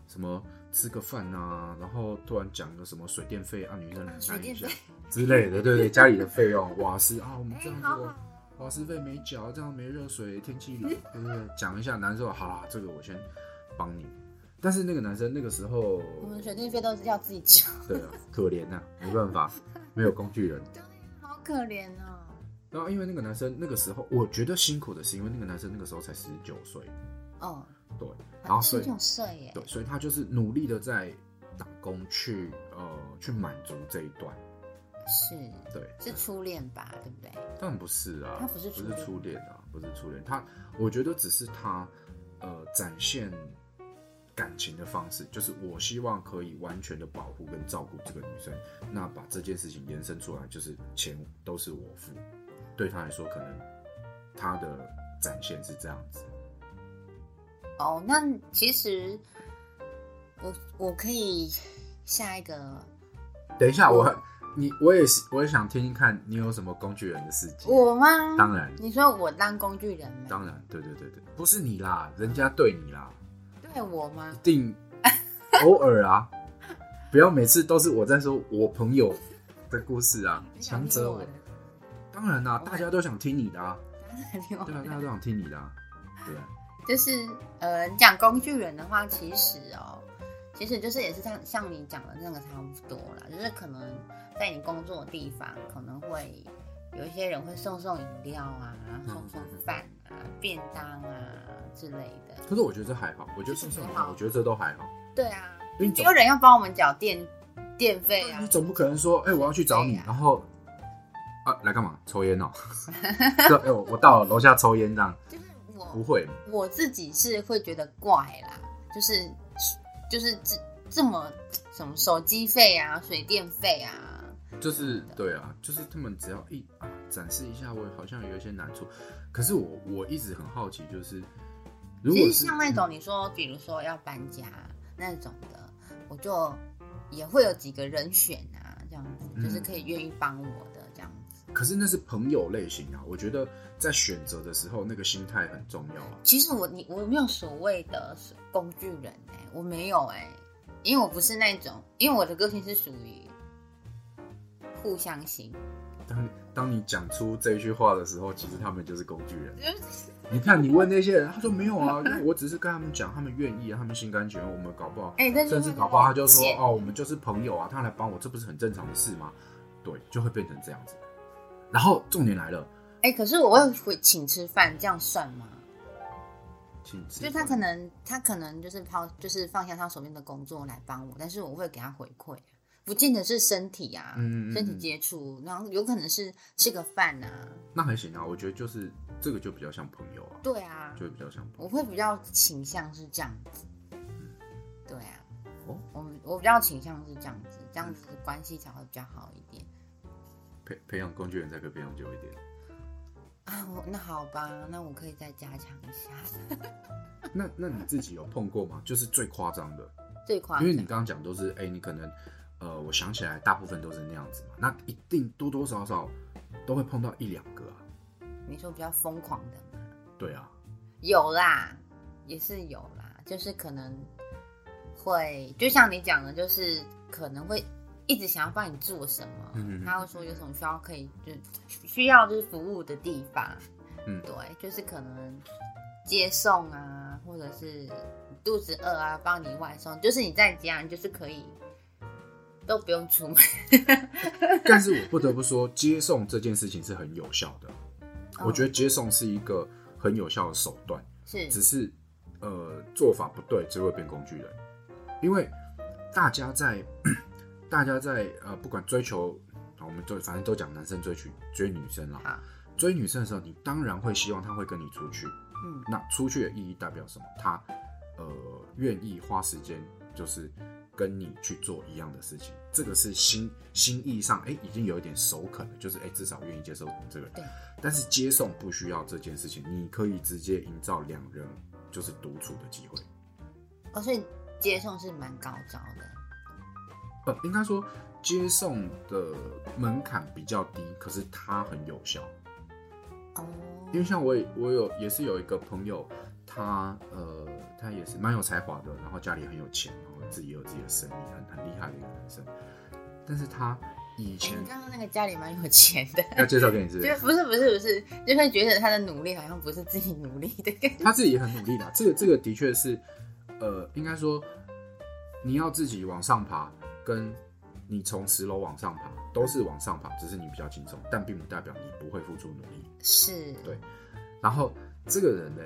Speaker 2: 什么吃个饭啊，然后突然讲个什么水电费啊，女生很
Speaker 1: 水
Speaker 2: 难一
Speaker 1: 电
Speaker 2: 下
Speaker 1: 费
Speaker 2: 之类的，对对，家里的费用、瓦斯啊，我们
Speaker 1: 哎、
Speaker 2: 这样
Speaker 1: 好
Speaker 2: 做
Speaker 1: 好，
Speaker 2: 瓦斯费没缴，这样没热水，天气冷，对不对？讲一下难受，好啦，这个我先帮你。但是那个男生那个时候，
Speaker 1: 我们水电费都是要自己交，
Speaker 2: 对啊，可怜呐、没办法，没有工具人。
Speaker 1: 对，好可怜哦。
Speaker 2: 然后因为那个男生那个时候，我觉得辛苦的是，因为那个男生那个时候才十九岁，
Speaker 1: 哦，
Speaker 2: 对，然后所
Speaker 1: 十
Speaker 2: 以
Speaker 1: 九岁耶，
Speaker 2: 对，所以他就是努力的在打工去呃去满足这一段，
Speaker 1: 是
Speaker 2: 对，
Speaker 1: 是初恋吧，对不对？
Speaker 2: 当然不是啊，
Speaker 1: 他不是初恋
Speaker 2: 初恋啊，不是初恋，他我觉得只是他呃展现感情的方式，就是我希望可以完全的保护跟照顾这个女生，那把这件事情延伸出来，就是钱都是我付，对他来说，可能他的展现是这样子，
Speaker 1: 哦，那其实我我可以下一个，
Speaker 2: 等一下我。你我也是，我也想听听看你有什么工具人的事迹。
Speaker 1: 我吗？
Speaker 2: 当然，
Speaker 1: 你说我当工具人吗？
Speaker 2: 当然，对对对对，不是你啦，人家对你啦，
Speaker 1: 对我吗
Speaker 2: 一？定偶尔啊，不要每次都是我在说我朋友的故事啊，
Speaker 1: 你想听
Speaker 2: 强者
Speaker 1: 我
Speaker 2: 我
Speaker 1: 的。，
Speaker 2: 当然啦、大家都想听你的啊，
Speaker 1: 听我
Speaker 2: 对啊，
Speaker 1: 的
Speaker 2: 大家都想听你的啊，对 啊，
Speaker 1: 就是呃，你讲工具人的话，其实哦，其实就是也是像像你讲的那个差不多啦，就是可能在你工作的地方，可能会有一些人会送送饮料啊，送送饭啊、便当啊之类的。
Speaker 2: 可是我觉得这还好，我觉得
Speaker 1: 这
Speaker 2: 送
Speaker 1: 个
Speaker 2: 送
Speaker 1: 还
Speaker 2: 礼
Speaker 1: 好
Speaker 2: 我觉得这都还好，
Speaker 1: 对啊，
Speaker 2: 因为你
Speaker 1: 没
Speaker 2: 总
Speaker 1: 有人要帮我们缴电电费啊
Speaker 2: 你。总不可能说，哎、我要去找你
Speaker 1: 对，啊
Speaker 2: 然后啊来干嘛？抽烟哦， 对，哎、我我到了楼下抽烟这样，
Speaker 1: 就是
Speaker 2: 不
Speaker 1: 我
Speaker 2: 会，
Speaker 1: 我自己是会觉得怪啦，就是就是这这么什么手机费啊、水电费啊，
Speaker 2: 就是对啊，就是他们只要一啊展示一下，我好像有一些难处。可是我我一直很好奇，就是如
Speaker 1: 其
Speaker 2: 果
Speaker 1: 实
Speaker 2: 是嗯
Speaker 1: 像那种你说，比如说要搬家那种的，我就也会有几个人选啊，这样子就是
Speaker 2: 嗯
Speaker 1: 可以愿意帮我的这样子。
Speaker 2: 可是那是朋友类型啊，我觉得在选择的时候那个心态很重要啊。
Speaker 1: 其实我你我没有所谓的工具人哎、我没有哎、因为我不是那种，因为我的个性是属于互相型，
Speaker 2: 当当你讲出这一句话的时候，其实他们就是工具人。
Speaker 1: 就是
Speaker 2: 你看，你问那些人，他说没有啊，因为我只是跟他们讲，他们愿意啊，他们心甘情愿，我们搞不好，
Speaker 1: 哎，但是
Speaker 2: 甚至搞不好他就说
Speaker 1: 贱
Speaker 2: 哦，我们就是朋友啊，他来帮我，这不是很正常的事吗？对，就会变成这样子。然后重点来了，
Speaker 1: 哎、可是我会请吃饭，这样算吗？
Speaker 2: 请吃
Speaker 1: 就是他
Speaker 2: 饭
Speaker 1: 可能他可能就是抛就是放下他手边的工作来帮我，但是我会给他回馈，啊不见得是身体啊，
Speaker 2: 嗯嗯嗯
Speaker 1: 身体接触，然后有可能是吃个饭啊，
Speaker 2: 那还行啊，我觉得就是这个就比较像朋友啊，
Speaker 1: 对啊，
Speaker 2: 就比较像
Speaker 1: 我
Speaker 2: 朋友。
Speaker 1: 会比较倾向是这样子，对啊，
Speaker 2: 哦
Speaker 1: 我我比较倾向是这样子，这样子关系才会比较好一点。
Speaker 2: 培培养工具人才可以培养久一点。
Speaker 1: 啊，我那好吧，那我可以再加强一下。
Speaker 2: 那那你自己有碰过吗？就是最夸张的，
Speaker 1: 最夸
Speaker 2: 因
Speaker 1: 张
Speaker 2: 为你刚刚讲都是，哎、你可能，呃，我想起来大部分都是那样子嘛，那一定多多少少都会碰到一两个啊。
Speaker 1: 你说比较疯狂的嘛，
Speaker 2: 对啊，
Speaker 1: 有啦，也是有啦，就是可能会，就像你讲的，就是可能会一直想要帮你做什么，
Speaker 2: 嗯嗯嗯
Speaker 1: 他会说有什么需要可以就需要就是服务的地方，
Speaker 2: 嗯
Speaker 1: 对，就是可能接送啊，或者是肚子饿啊，帮你外送，就是你在家，你就是可以都不用出门。
Speaker 2: 但是我不得不说，接送这件事情是很有效的，我觉
Speaker 1: 得
Speaker 2: 得接送是一个很有效的手段。只
Speaker 1: 是
Speaker 2: 是呃做法不对，就会变工具人。因为大家在大家在呃不管追求，好我们就反正都讲男生追求追女生啦，
Speaker 1: 好，
Speaker 2: 追女生的时候，你当然会希望她会跟你出去。
Speaker 1: 嗯，
Speaker 2: 那出去的意义代表什么？她呃愿意花时间，就是跟你去做一样的事情，这个是心心意上哎、已经有一点首肯了，就是哎、至少愿意接受你这个人
Speaker 1: 对。
Speaker 2: 但是接送不需要这件事情，你可以直接营造两人就是独处的机会。
Speaker 1: 哦，所以接送是蛮高招的。
Speaker 2: 不，应该说接送的门槛比较低，可是它很有效。
Speaker 1: 哦，
Speaker 2: 因为像我也我有也是有一个朋友，他呃他也是蛮有才华的，然后家里很有钱，然后自己也有自己的生意，很很厉害的一个男生。但是他以
Speaker 1: 哎
Speaker 2: 前
Speaker 1: 你刚刚那个家里蛮有钱的，
Speaker 2: 要介绍给你是不，
Speaker 1: 就是不是不是不是，就会觉得他的努力好像不是自己努力的感觉。
Speaker 2: 他自己也很努力的。这个这个的确是，呃，应该说你要自己往上爬，跟你从十楼往上爬都是往上爬，只是你比较轻松，但并不代表你不会付出努力。
Speaker 1: 是，
Speaker 2: 对然后这个人呢，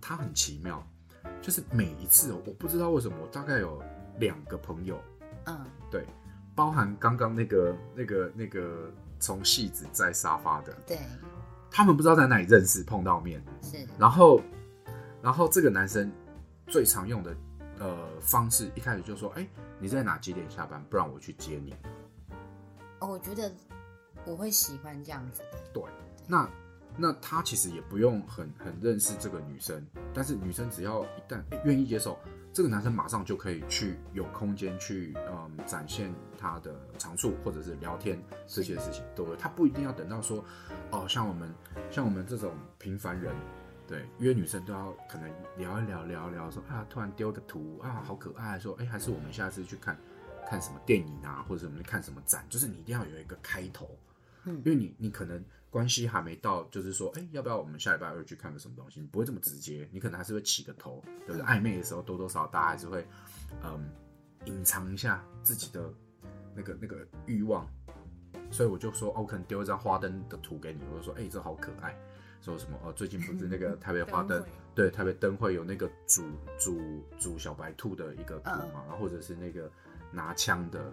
Speaker 2: 他很奇妙，就是每一次哦，我不知道为什么，我大概有两个朋友，
Speaker 1: 嗯，
Speaker 2: 对，包含刚刚那个那个那个从戏子在沙发的，
Speaker 1: 对，
Speaker 2: 他们不知道在哪里认识碰到面，
Speaker 1: 是，
Speaker 2: 然后然后这个男生最常用的呃方式，一开始就说，哎，你在哪几点下班？不然我去接你。
Speaker 1: 哦，我觉得我会喜欢这样子的。
Speaker 2: 对，那那他其实也不用很很认识这个女生，但是女生只要一旦诶愿意接受，这个男生马上就可以去有空间去嗯展现他的长处，或者是聊天这些事情，对不对？他不一定要等到说哦，像我们像我们这种平凡人。对，约女生都要可能聊一聊，聊一聊说啊，突然丢个图啊，好可爱，说哎，还是我们下次去看看什么电影啊，或者我们去看什么展，就是你一定要有一个开头，
Speaker 1: 嗯
Speaker 2: 因为你你可能关系还没到，就是说，哎、要不要我们下礼拜二去看个什么东西？你不会这么直接，你可能还是会起个头，对不对？暧昧的时候多多少少大家还是会，嗯，隐藏一下自己的那个那个欲望，所以我就说，哦，我可能丢一张花灯的图给你，我就说，哎、这好可爱，说什么？哦，最近不是那个台北花
Speaker 1: 灯
Speaker 2: 灯
Speaker 1: 会，
Speaker 2: 对，台北灯会有那个煮煮煮小白兔的一个图
Speaker 1: 嗯
Speaker 2: 嘛，然后或者是那个拿枪的，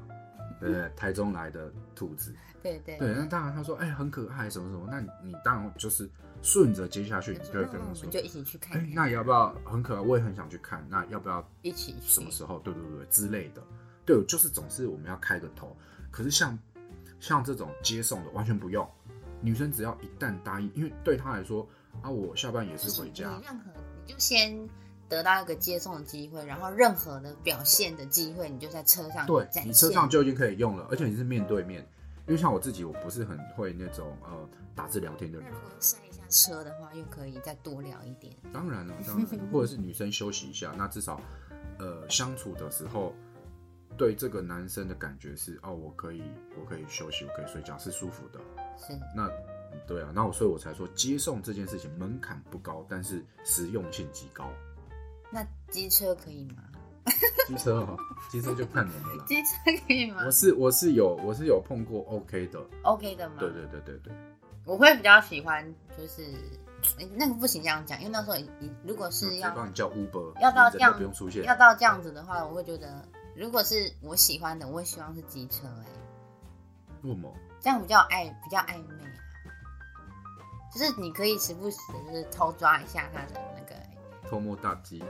Speaker 2: 对不对，台中来的兔子。
Speaker 1: 对对
Speaker 2: 对，那当然他说，哎、很可爱，什么什么，那你你当然就是顺着接下去，你
Speaker 1: 就
Speaker 2: 就
Speaker 1: 说
Speaker 2: 会
Speaker 1: 那我
Speaker 2: 跟他
Speaker 1: 们
Speaker 2: 说
Speaker 1: 就，一起去看
Speaker 2: 哎、
Speaker 1: 看，
Speaker 2: 那要不要很可爱？我也很想去看，那要不要
Speaker 1: 一起去
Speaker 2: 什么时候？对对对对之类的，对，就是总是我们要开个头。可是像像这种接送的完全不用，女生只要一旦答应，因为对她来说啊，我下班也
Speaker 1: 就是
Speaker 2: 回家，
Speaker 1: 你任何你就先得到一个接送的机会，然后任何的表现的机会，你就在车上
Speaker 2: 对
Speaker 1: 展
Speaker 2: 你
Speaker 1: 现
Speaker 2: 车上就已经可以用了，而且你是面对面。因为像我自己，我不是很会那种呃打字聊天的人
Speaker 1: 那，如果晒一下车的话，又可以再多聊一 点。
Speaker 2: 当然了、当然了，或者是女生休息一下，那至少，呃，相处的时候，对这个男生的感觉是，哦，我可以，我可以休息，我可以睡觉，是舒服的。
Speaker 1: 是，
Speaker 2: 那，嗯对啊，那我所以我才说，接送这件事情门槛不高，但是实用性极 高。
Speaker 1: 那机车可以吗？
Speaker 2: 机车哈、哦，机车就看人了啦。
Speaker 1: 机车啊可以吗
Speaker 2: 我是我是有我是有碰过 OK 的，
Speaker 1: ？OK 的吗？
Speaker 2: 对对对对对，
Speaker 1: 我会比较喜欢，就是诶那个不行这样讲，因为那时候已已如果
Speaker 2: 那直
Speaker 1: 是
Speaker 2: 接
Speaker 1: 要
Speaker 2: 帮你叫 Uber，
Speaker 1: 要到
Speaker 2: 你
Speaker 1: 这
Speaker 2: 人都
Speaker 1: 样
Speaker 2: 不用出现，
Speaker 1: 要到这样子的话，我会觉得，如果是我喜欢的，我会希望是机车、欸，
Speaker 2: 为什么？
Speaker 1: 这样比较暧比较暧昧啊，就是你可以时不时的就是偷抓一下他的那个、
Speaker 2: 偷摸大鸡，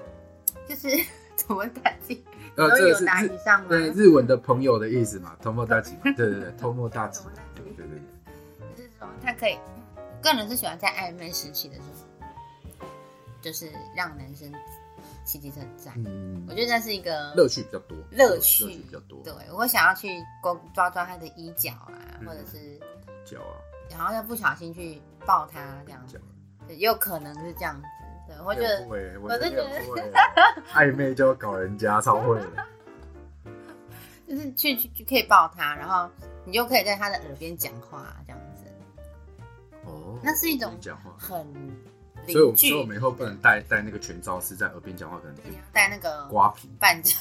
Speaker 1: 就是怎么打击？
Speaker 2: 呃，这
Speaker 1: 都
Speaker 2: 个
Speaker 1: 有
Speaker 2: 是
Speaker 1: 答
Speaker 2: 日
Speaker 1: 以上吗？
Speaker 2: 对日文的朋友的意思嘛，偷摸大吉嘛， 对对对，偷摸大吉
Speaker 1: 偷摸大，吉
Speaker 2: 对对对。
Speaker 1: 就是说他可以，个人是喜欢在暧昧时期的时候，就是让男生骑机车载。
Speaker 2: 嗯
Speaker 1: 我，觉得那是一个
Speaker 2: 乐趣比较多，
Speaker 1: 乐
Speaker 2: 趣
Speaker 1: 趣
Speaker 2: 乐比较多，
Speaker 1: 对我想要去勾抓抓他的衣角啊，
Speaker 2: 嗯
Speaker 1: 或者是
Speaker 2: 脚啊，
Speaker 1: 然后又不小心去抱他这样
Speaker 2: 脚
Speaker 1: 子，，对也有可能是这样子。对，我觉得
Speaker 2: 很会，我
Speaker 1: 我
Speaker 2: 真
Speaker 1: 真
Speaker 2: 的
Speaker 1: 的
Speaker 2: 很 会暧昧就要搞人家，超会的。
Speaker 1: 就是去去去可以抱他，然后你就可以在他的耳边讲话这样子，
Speaker 2: 哦，
Speaker 1: 那是一种
Speaker 2: 你讲话，
Speaker 1: 很
Speaker 2: 所
Speaker 1: 邻
Speaker 2: 以我们所以我
Speaker 1: 居。
Speaker 2: 们以后不能戴戴那个全罩式，在耳边讲话可能
Speaker 1: 你要带那 个
Speaker 2: 瓜皮
Speaker 1: 半教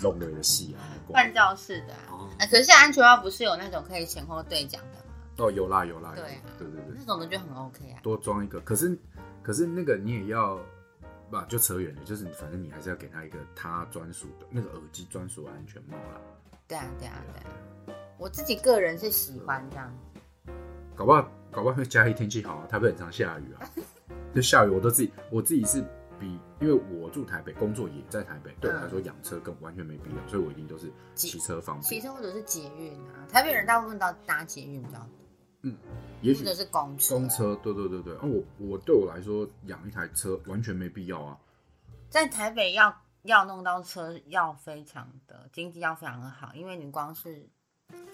Speaker 2: 弄了的戏啊，瓜
Speaker 1: 半教室的、啊，
Speaker 2: 哦
Speaker 1: 啊，可是像安全帽不是有那种可以前后对讲的吗？
Speaker 2: 哦，有啦有啦，有
Speaker 1: 对
Speaker 2: 啦
Speaker 1: 啊
Speaker 2: 对对对
Speaker 1: 那，种的就很 OK 啊。
Speaker 2: 多装一个。可是可是那个你也要，不就扯远了，就是你反正你还是要给他一个他专属的那个耳机专属的安全帽啦。
Speaker 1: 对啊，对啊，对啊。我自己个人是喜欢这样，
Speaker 2: 搞不好搞不好嘉义天气好啊，台北很常下 雨啊，就下雨我都自己我自己是比，因为我住台北，工作也在台北，对我来说养车更完全没必要，所以我一定都是
Speaker 1: 嗯骑
Speaker 2: 骑车方
Speaker 1: 骑
Speaker 2: 便。
Speaker 1: 车或者是捷运啊。台北人大部分都搭捷运比较多，
Speaker 2: 也
Speaker 1: 或
Speaker 2: 许
Speaker 1: 者是公车。
Speaker 2: 公车，对对对对，啊我我对我来说养一台车完全没必要啊，
Speaker 1: 在台北要要弄到车要非常的经济要非常的好，因为你光是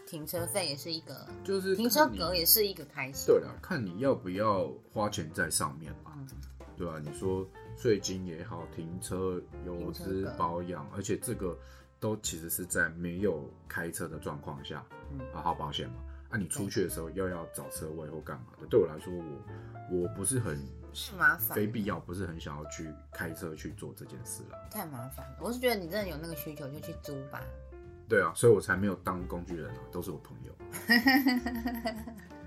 Speaker 1: 停车费也是一个，
Speaker 2: 就是
Speaker 1: 停车
Speaker 2: 看你
Speaker 1: 格也是一个开销。
Speaker 2: 对啊了，看你要不要花钱在上面嘛，
Speaker 1: 嗯，
Speaker 2: 对吧、你说税金也好，停车、油
Speaker 1: 停
Speaker 2: 资
Speaker 1: 车格、
Speaker 2: 保养，而且这个都其实是在没有开车的状况下，
Speaker 1: 嗯
Speaker 2: 啊，好保险嘛。啊，你出去的时候又要找车位或干嘛的，对我来说，我我不是很
Speaker 1: 是麻烦
Speaker 2: 非，必要，不是很想要去开车去做这件事了。
Speaker 1: 太麻烦了。我是觉得你真的有那个需求就去租吧。
Speaker 2: 对啊，所以我才没有当工具人啊，都是我朋友。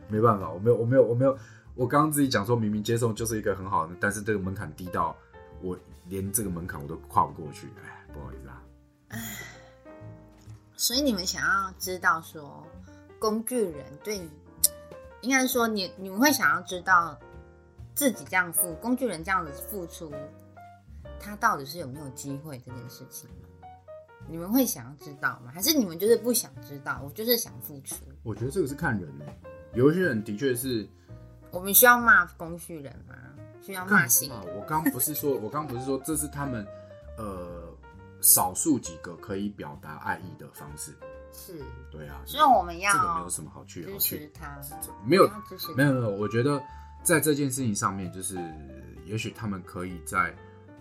Speaker 2: 没办法，我没有，我没有，我没有。我刚刚自己讲说，明明接送就是一个很好的，但是这个门槛低到我连这个门槛我都跨不过去，哎，不好意思啊。
Speaker 1: 所以你们想要知道说，工具人对你，应该说你你们会想要知道自己这样付工具人这样子付出，他到底是有没有机会这件事情吗？你们会想要知道吗？还是你们就是不想知道？我就是想付出。
Speaker 2: 我觉得这个是看人呢、有一些人的确是
Speaker 1: 我们需要骂工具人吗？需要骂
Speaker 2: 干
Speaker 1: 醒
Speaker 2: 嘛？我刚不是说，我刚不是说这是他们呃少数几个可以表达爱意的方式，
Speaker 1: 是，
Speaker 2: 对啊。
Speaker 1: 所以我们
Speaker 2: 这个没
Speaker 1: 要
Speaker 2: 有什么好去好
Speaker 1: 支
Speaker 2: 去
Speaker 1: 持，他，
Speaker 2: 没有
Speaker 1: 我们要支持他
Speaker 2: 没有没有，我觉得在这件事情上面，就是也许他们可以再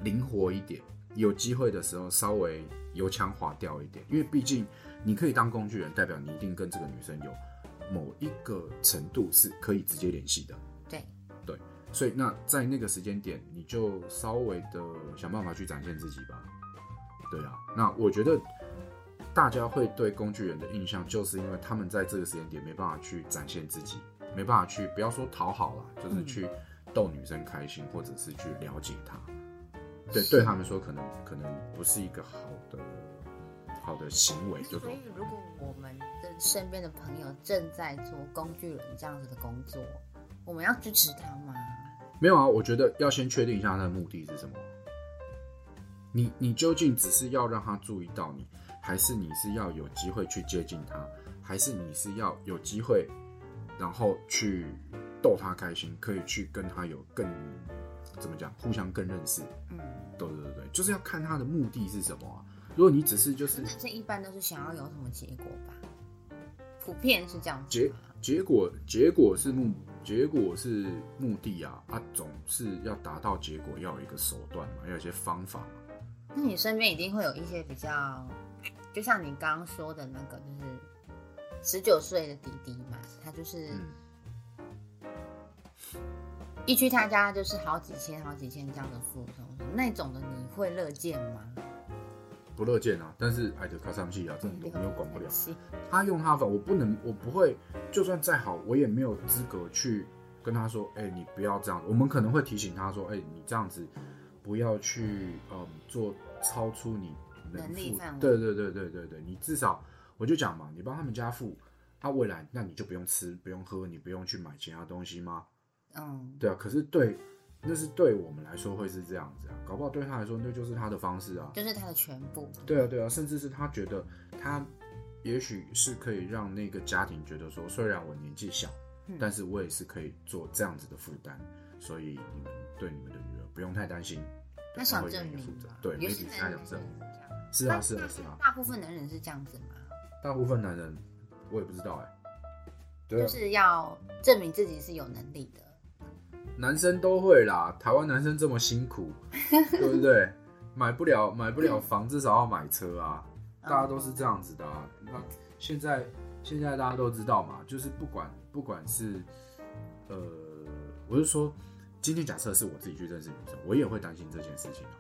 Speaker 2: 灵活一点，有机会的时候稍微油腔滑调一点，因为毕竟你可以当工具人，代表你一定跟这个女生有某一个程度是可以直接联系的，
Speaker 1: 对，
Speaker 2: 所以那在那个时间点，你就稍微的想办法去展现自己吧。对啊，那我觉得大家会对工具人的印象，就是因为他们在这个时间点没办法去展现自己，没办法去不要说讨好啦，就是
Speaker 1: 嗯
Speaker 2: 去逗女生开心，或者是去了解她。对，对他们说可能可能不是一个好的好的行为，就
Speaker 1: 嗯所以，如果我们的身边的朋友正在做工具人这样子的工作，我们要支持他吗？
Speaker 2: 没有啊，我觉得要先确定一下他的目的是什么。你你究竟只是要让他注意到你，还是你是要有机会去接近他，还是你是要有机会，然后去逗他开心，可以去跟他有更怎么讲，互相更认识？
Speaker 1: 嗯，
Speaker 2: 对对对对，就是要看他的目的是什么啊。如果你只是就是
Speaker 1: 男生一般都是想要有什么结果吧？普遍是这样子
Speaker 2: 结
Speaker 1: 吧？
Speaker 2: 结果结果是目结果是目的啊，啊总是要达到结果要有一个手段嘛，要有一些方法嘛。
Speaker 1: 那你身边一定会有一些比较，就像你刚刚说的那个，就是十九岁的弟弟嘛，他就是
Speaker 2: 嗯
Speaker 1: 一去他家就是好几千、好几千这样的付出，那种的你会乐见吗？
Speaker 2: 不乐见啊，但是矮的卡上戏啊，这种我们又管不了。
Speaker 1: 是
Speaker 2: 他用他的，我不能，我不会，就算再好，我也没有资格去跟他说，哎、你不要这样。我们可能会提醒他说，哎、你这样子不要去，嗯，做超出你能
Speaker 1: 能力
Speaker 2: 负
Speaker 1: 范围
Speaker 2: 对对对对对对，你至少我就讲嘛，你帮他们家付，他、未来那你就不用吃，不用喝，你不用去买其他东西吗？
Speaker 1: 嗯，
Speaker 2: 对啊，可是对那是对我们来说会是这样子啊，搞不好对他来说那就是他的方式啊。
Speaker 1: 就是他的全部。
Speaker 2: 对啊，对啊，甚至是他觉得他也许是可以让那个家庭觉得说，虽然我年纪小，
Speaker 1: 嗯
Speaker 2: 但是我也是可以做这样子的负担，所以你们对你们的女儿不用太担心。
Speaker 1: 那
Speaker 2: 他
Speaker 1: 小
Speaker 2: 会愿
Speaker 1: 证
Speaker 2: 意
Speaker 1: 明
Speaker 2: 负责
Speaker 1: 嘛，
Speaker 2: 对
Speaker 1: 有
Speaker 2: ，maybe
Speaker 1: 些
Speaker 2: 他
Speaker 1: 男人
Speaker 2: 有
Speaker 1: 是
Speaker 2: 这
Speaker 1: 这
Speaker 2: 种
Speaker 1: 样，，
Speaker 2: 是 啊，是啊，是啊，
Speaker 1: 大部分男人是这样子嘛，
Speaker 2: 大部分男人我也不知道哎、对
Speaker 1: 就
Speaker 2: 啊，
Speaker 1: 是要证明自己是有能力的。
Speaker 2: 男生都会啦，台湾男生这么辛苦，对不对？买不了买不了房，至少要买车啊，
Speaker 1: 嗯
Speaker 2: 大家都是这样子的、啊。那现在现在大家都知道嘛，就是不管不管是呃，我是说，今天假设是我自己去认识女生，我也会担心这件事情啊，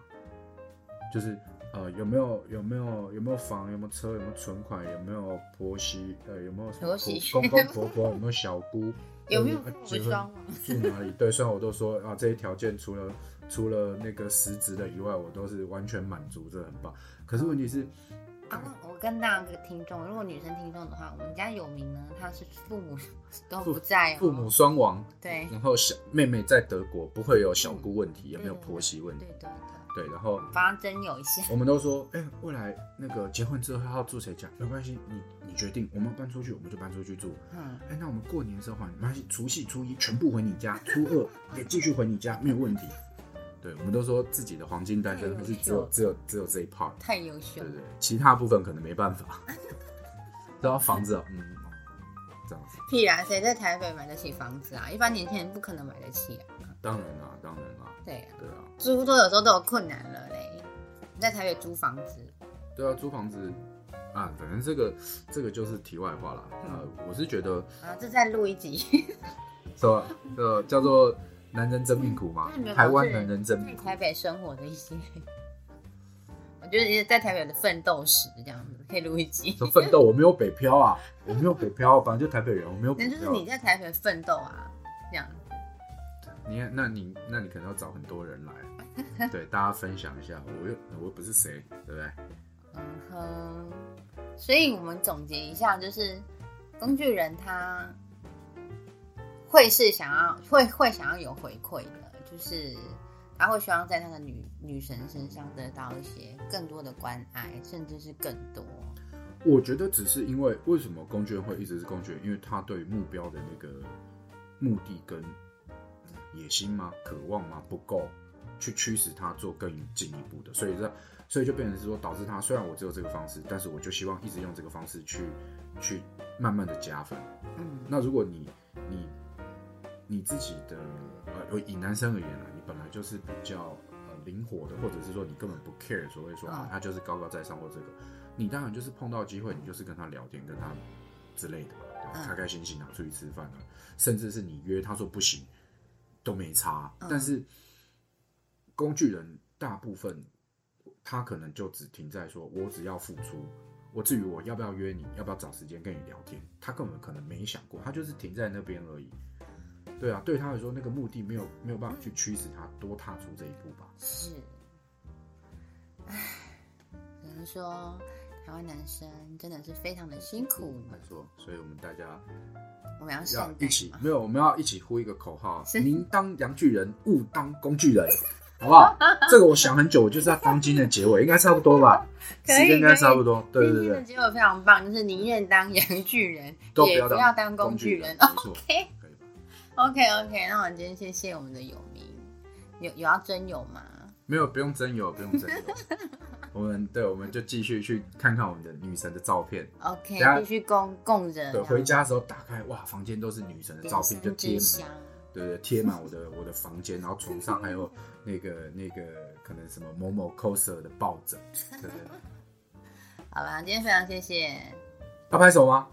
Speaker 2: 就是呃有没有有没有有没有房，有没有车，有没有存款，有没有婆媳，呃有没有
Speaker 1: 婆媳
Speaker 2: 婆公公婆婆，有没有小姑，
Speaker 1: 有没有
Speaker 2: 呃
Speaker 1: 服
Speaker 2: 结婚
Speaker 1: 装啊？
Speaker 2: 住哪里？对，虽然我都说啊，这些条件除了除了那个实质的以外，我都是完全满足，这很棒。可是问题是，
Speaker 1: 啊，我跟那个听众，如果女生听众的话，我们家有名呢，他是父母都不在哦，
Speaker 2: 父母双亡，
Speaker 1: 对
Speaker 2: 然后小妹妹在德国不会有小姑问题，也
Speaker 1: 有
Speaker 2: 没有婆媳问题
Speaker 1: 对，对对，
Speaker 2: 对，然后
Speaker 1: 帮他征友一下，
Speaker 2: 我们都说，哎、未来那个结婚之后要住谁家没关系，你你决定，我们要搬出去我们就搬出去住，
Speaker 1: 嗯，
Speaker 2: 哎、那我们过年的时候还你，没关系，除夕、初一全部回你家，初二也继续回你家，没有问题。对，我们都说自己的黄金单身，可是只有只有只有这一 part，
Speaker 1: 太优秀
Speaker 2: 对
Speaker 1: 了
Speaker 2: 对，，对其他部分可能没办法。 然后房子，嗯，嗯这样子，
Speaker 1: 屁然，谁在台北买得起房子啊？一般年轻人不可能买得起啊，
Speaker 2: 当然啦、当然啦、
Speaker 1: 对啊，
Speaker 2: 对啊，
Speaker 1: 租都有时候都有困难了嘞，在台北租房子，
Speaker 2: 对啊，租房子啊，反正这个这个就是题外话啦。
Speaker 1: 嗯
Speaker 2: 呃，我是觉得
Speaker 1: 啊，这再录一集，
Speaker 2: 什么呃叫做男人真命苦嘛
Speaker 1: 那你，们
Speaker 2: 台湾
Speaker 1: 房子
Speaker 2: 男人真
Speaker 1: 在
Speaker 2: 命苦。
Speaker 1: 台北生活的一些，我觉得也在台北的奋斗史这样子，可以录一集。
Speaker 2: 说奋斗，我没有北漂啊，我没有北漂，反正就台北人，我没
Speaker 1: 那
Speaker 2: 有北
Speaker 1: 就是
Speaker 2: 漂。啊
Speaker 1: 你在台北奋斗啊，这样
Speaker 2: 你看，那你那你可能要找很多人 来，对大家分享一下，我又我又不是谁，对不对？
Speaker 1: 嗯哼，所以我们总结一下，就是工具人他会是想要会会想要有回馈的，就是他会希望在他的女女神身上得到一些更多的关爱，甚至是更多。
Speaker 2: 我觉得只是因为为什么工具人会一直是工具人，因为他对目标的那个目的跟野心吗、渴望吗不够，去驱使他做更进一步的，所以这所以就变成是说，导致他虽然我只有这个方式，但是我就希望一直用这个方式去去慢慢的加分。
Speaker 1: 嗯，
Speaker 2: 那如果你你你自己的呃，以男生而言啊，你本来就是比较呃灵活的，或者是说你根本不 care 所谓说
Speaker 1: 嗯
Speaker 2: 啊，他就是高高在上或这个，你当然就是碰到机会，你就是跟他聊天，跟他之类的，
Speaker 1: 嗯
Speaker 2: 对开开心心啊，出去吃饭啊，甚至是你约他说不行都没差
Speaker 1: 嗯，
Speaker 2: 但是工具人大部分他可能就只停在说我只要付出，我至于我要不要约你，要不要找时间跟你聊天，他根本可能没想过，他就是停在那边而已。对啊，对他来说，那个目的没有没有办法去驱使他多踏出这一步吧。
Speaker 1: 是。唉，只能说台湾男生真的是非常的辛苦，
Speaker 2: 没错，所以我们大家
Speaker 1: 我们要善
Speaker 2: 要
Speaker 1: 待
Speaker 2: 一起
Speaker 1: 嘛，
Speaker 2: 没有，我们要一起呼一个口号：
Speaker 1: 是
Speaker 2: 宁当洋巨人，勿当工具人，好 不好？这个我想很久，我就是要当今天的结尾，应该差不多吧？
Speaker 1: 可
Speaker 2: 时
Speaker 1: 以
Speaker 2: 间应该差不多。对
Speaker 1: 今
Speaker 2: 对
Speaker 1: 天的
Speaker 2: 对，
Speaker 1: 结果非常棒，就是宁愿当洋巨人，
Speaker 2: 都
Speaker 1: 也
Speaker 2: 当
Speaker 1: 当工
Speaker 2: 工
Speaker 1: 具
Speaker 2: 人，
Speaker 1: 人。
Speaker 2: 没错，
Speaker 1: OK
Speaker 2: 可以吧？
Speaker 1: OK OK，那我们今天谢谢我们的友明，有有要真友吗？
Speaker 2: 没有，不用真有，不用真有。我们对，我们就继续去看看我们的女神的照片。
Speaker 1: OK，
Speaker 2: 等下
Speaker 1: 必须供供人。
Speaker 2: 对，回家的时候打开，哇，房间都是女神的照片，就贴
Speaker 1: 之
Speaker 2: 满
Speaker 1: 乡。
Speaker 2: 对对，贴满我的我的房间，然后床上还有那个那个可能什么某某 coser 的抱枕，对不对？
Speaker 1: 好吧，今天非常谢谢，
Speaker 2: 要拍手吗？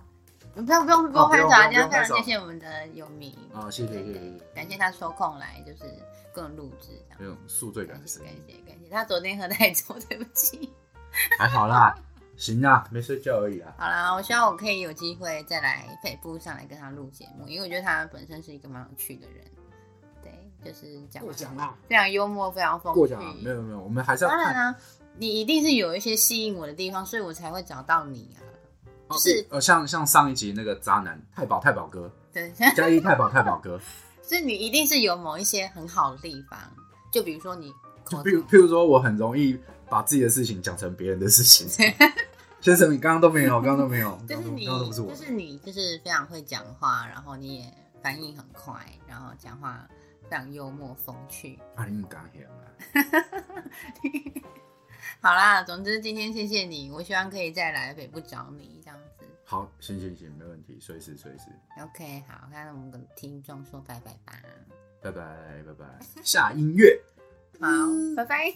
Speaker 1: 不用不用不
Speaker 2: 哦
Speaker 1: 用
Speaker 2: 不
Speaker 1: 拍手
Speaker 2: 用
Speaker 1: 啊，
Speaker 2: 不
Speaker 1: 今天非常
Speaker 2: 用不用拍手
Speaker 1: 谢谢我们的友明，
Speaker 2: 啊，谢谢谢谢谢谢，
Speaker 1: 感谢他抽空来，就是跟我录制这
Speaker 2: 有
Speaker 1: 样。
Speaker 2: 种宿醉感
Speaker 1: 感
Speaker 2: 的
Speaker 1: 谢
Speaker 2: 声
Speaker 1: 感
Speaker 2: 音，
Speaker 1: 谢感谢，他昨天喝太多，对不起。
Speaker 2: 还好啦，行啦，没睡觉而已啦。
Speaker 1: 好啦，我希望我可以有机会再来北部上来跟他录节目，因为我觉得他本身是一个蛮有趣的人，对，就是讲
Speaker 2: 过奖啦，
Speaker 1: 非常幽默，非常风
Speaker 2: 过
Speaker 1: 趣
Speaker 2: 奖。啦，啊没有没有，我们还是要
Speaker 1: 当然
Speaker 2: 看，
Speaker 1: 啦、你一定是有一些吸引我的地方，所以我才会找到你啊。
Speaker 2: 哦
Speaker 1: 就是
Speaker 2: 呃，像像上一集那个渣男太保太保哥，
Speaker 1: 对，
Speaker 2: 加一太保太保哥，
Speaker 1: 就是你一定是有某一些很好的地方，就比如说你口
Speaker 2: 譬如譬如说，我很容易把自己的事情讲成别人的事情。先生，你刚刚都没有，刚刚都没有，
Speaker 1: 就
Speaker 2: 刚
Speaker 1: 是
Speaker 2: 刚
Speaker 1: 你，
Speaker 2: 刚刚都不是我
Speaker 1: 就。是你，就是非常会讲话，然后你也反应很快，然后讲话非常幽默风趣。
Speaker 2: 啊，你们刚黑了。
Speaker 1: 好啦，总之今天谢谢你，我希望可以再来北部找你这样子。
Speaker 2: 好，行行行，没问题，随时随时。
Speaker 1: OK，好，那我们跟听众说拜拜吧。
Speaker 2: 拜拜拜拜，下音乐。
Speaker 1: 好，拜拜。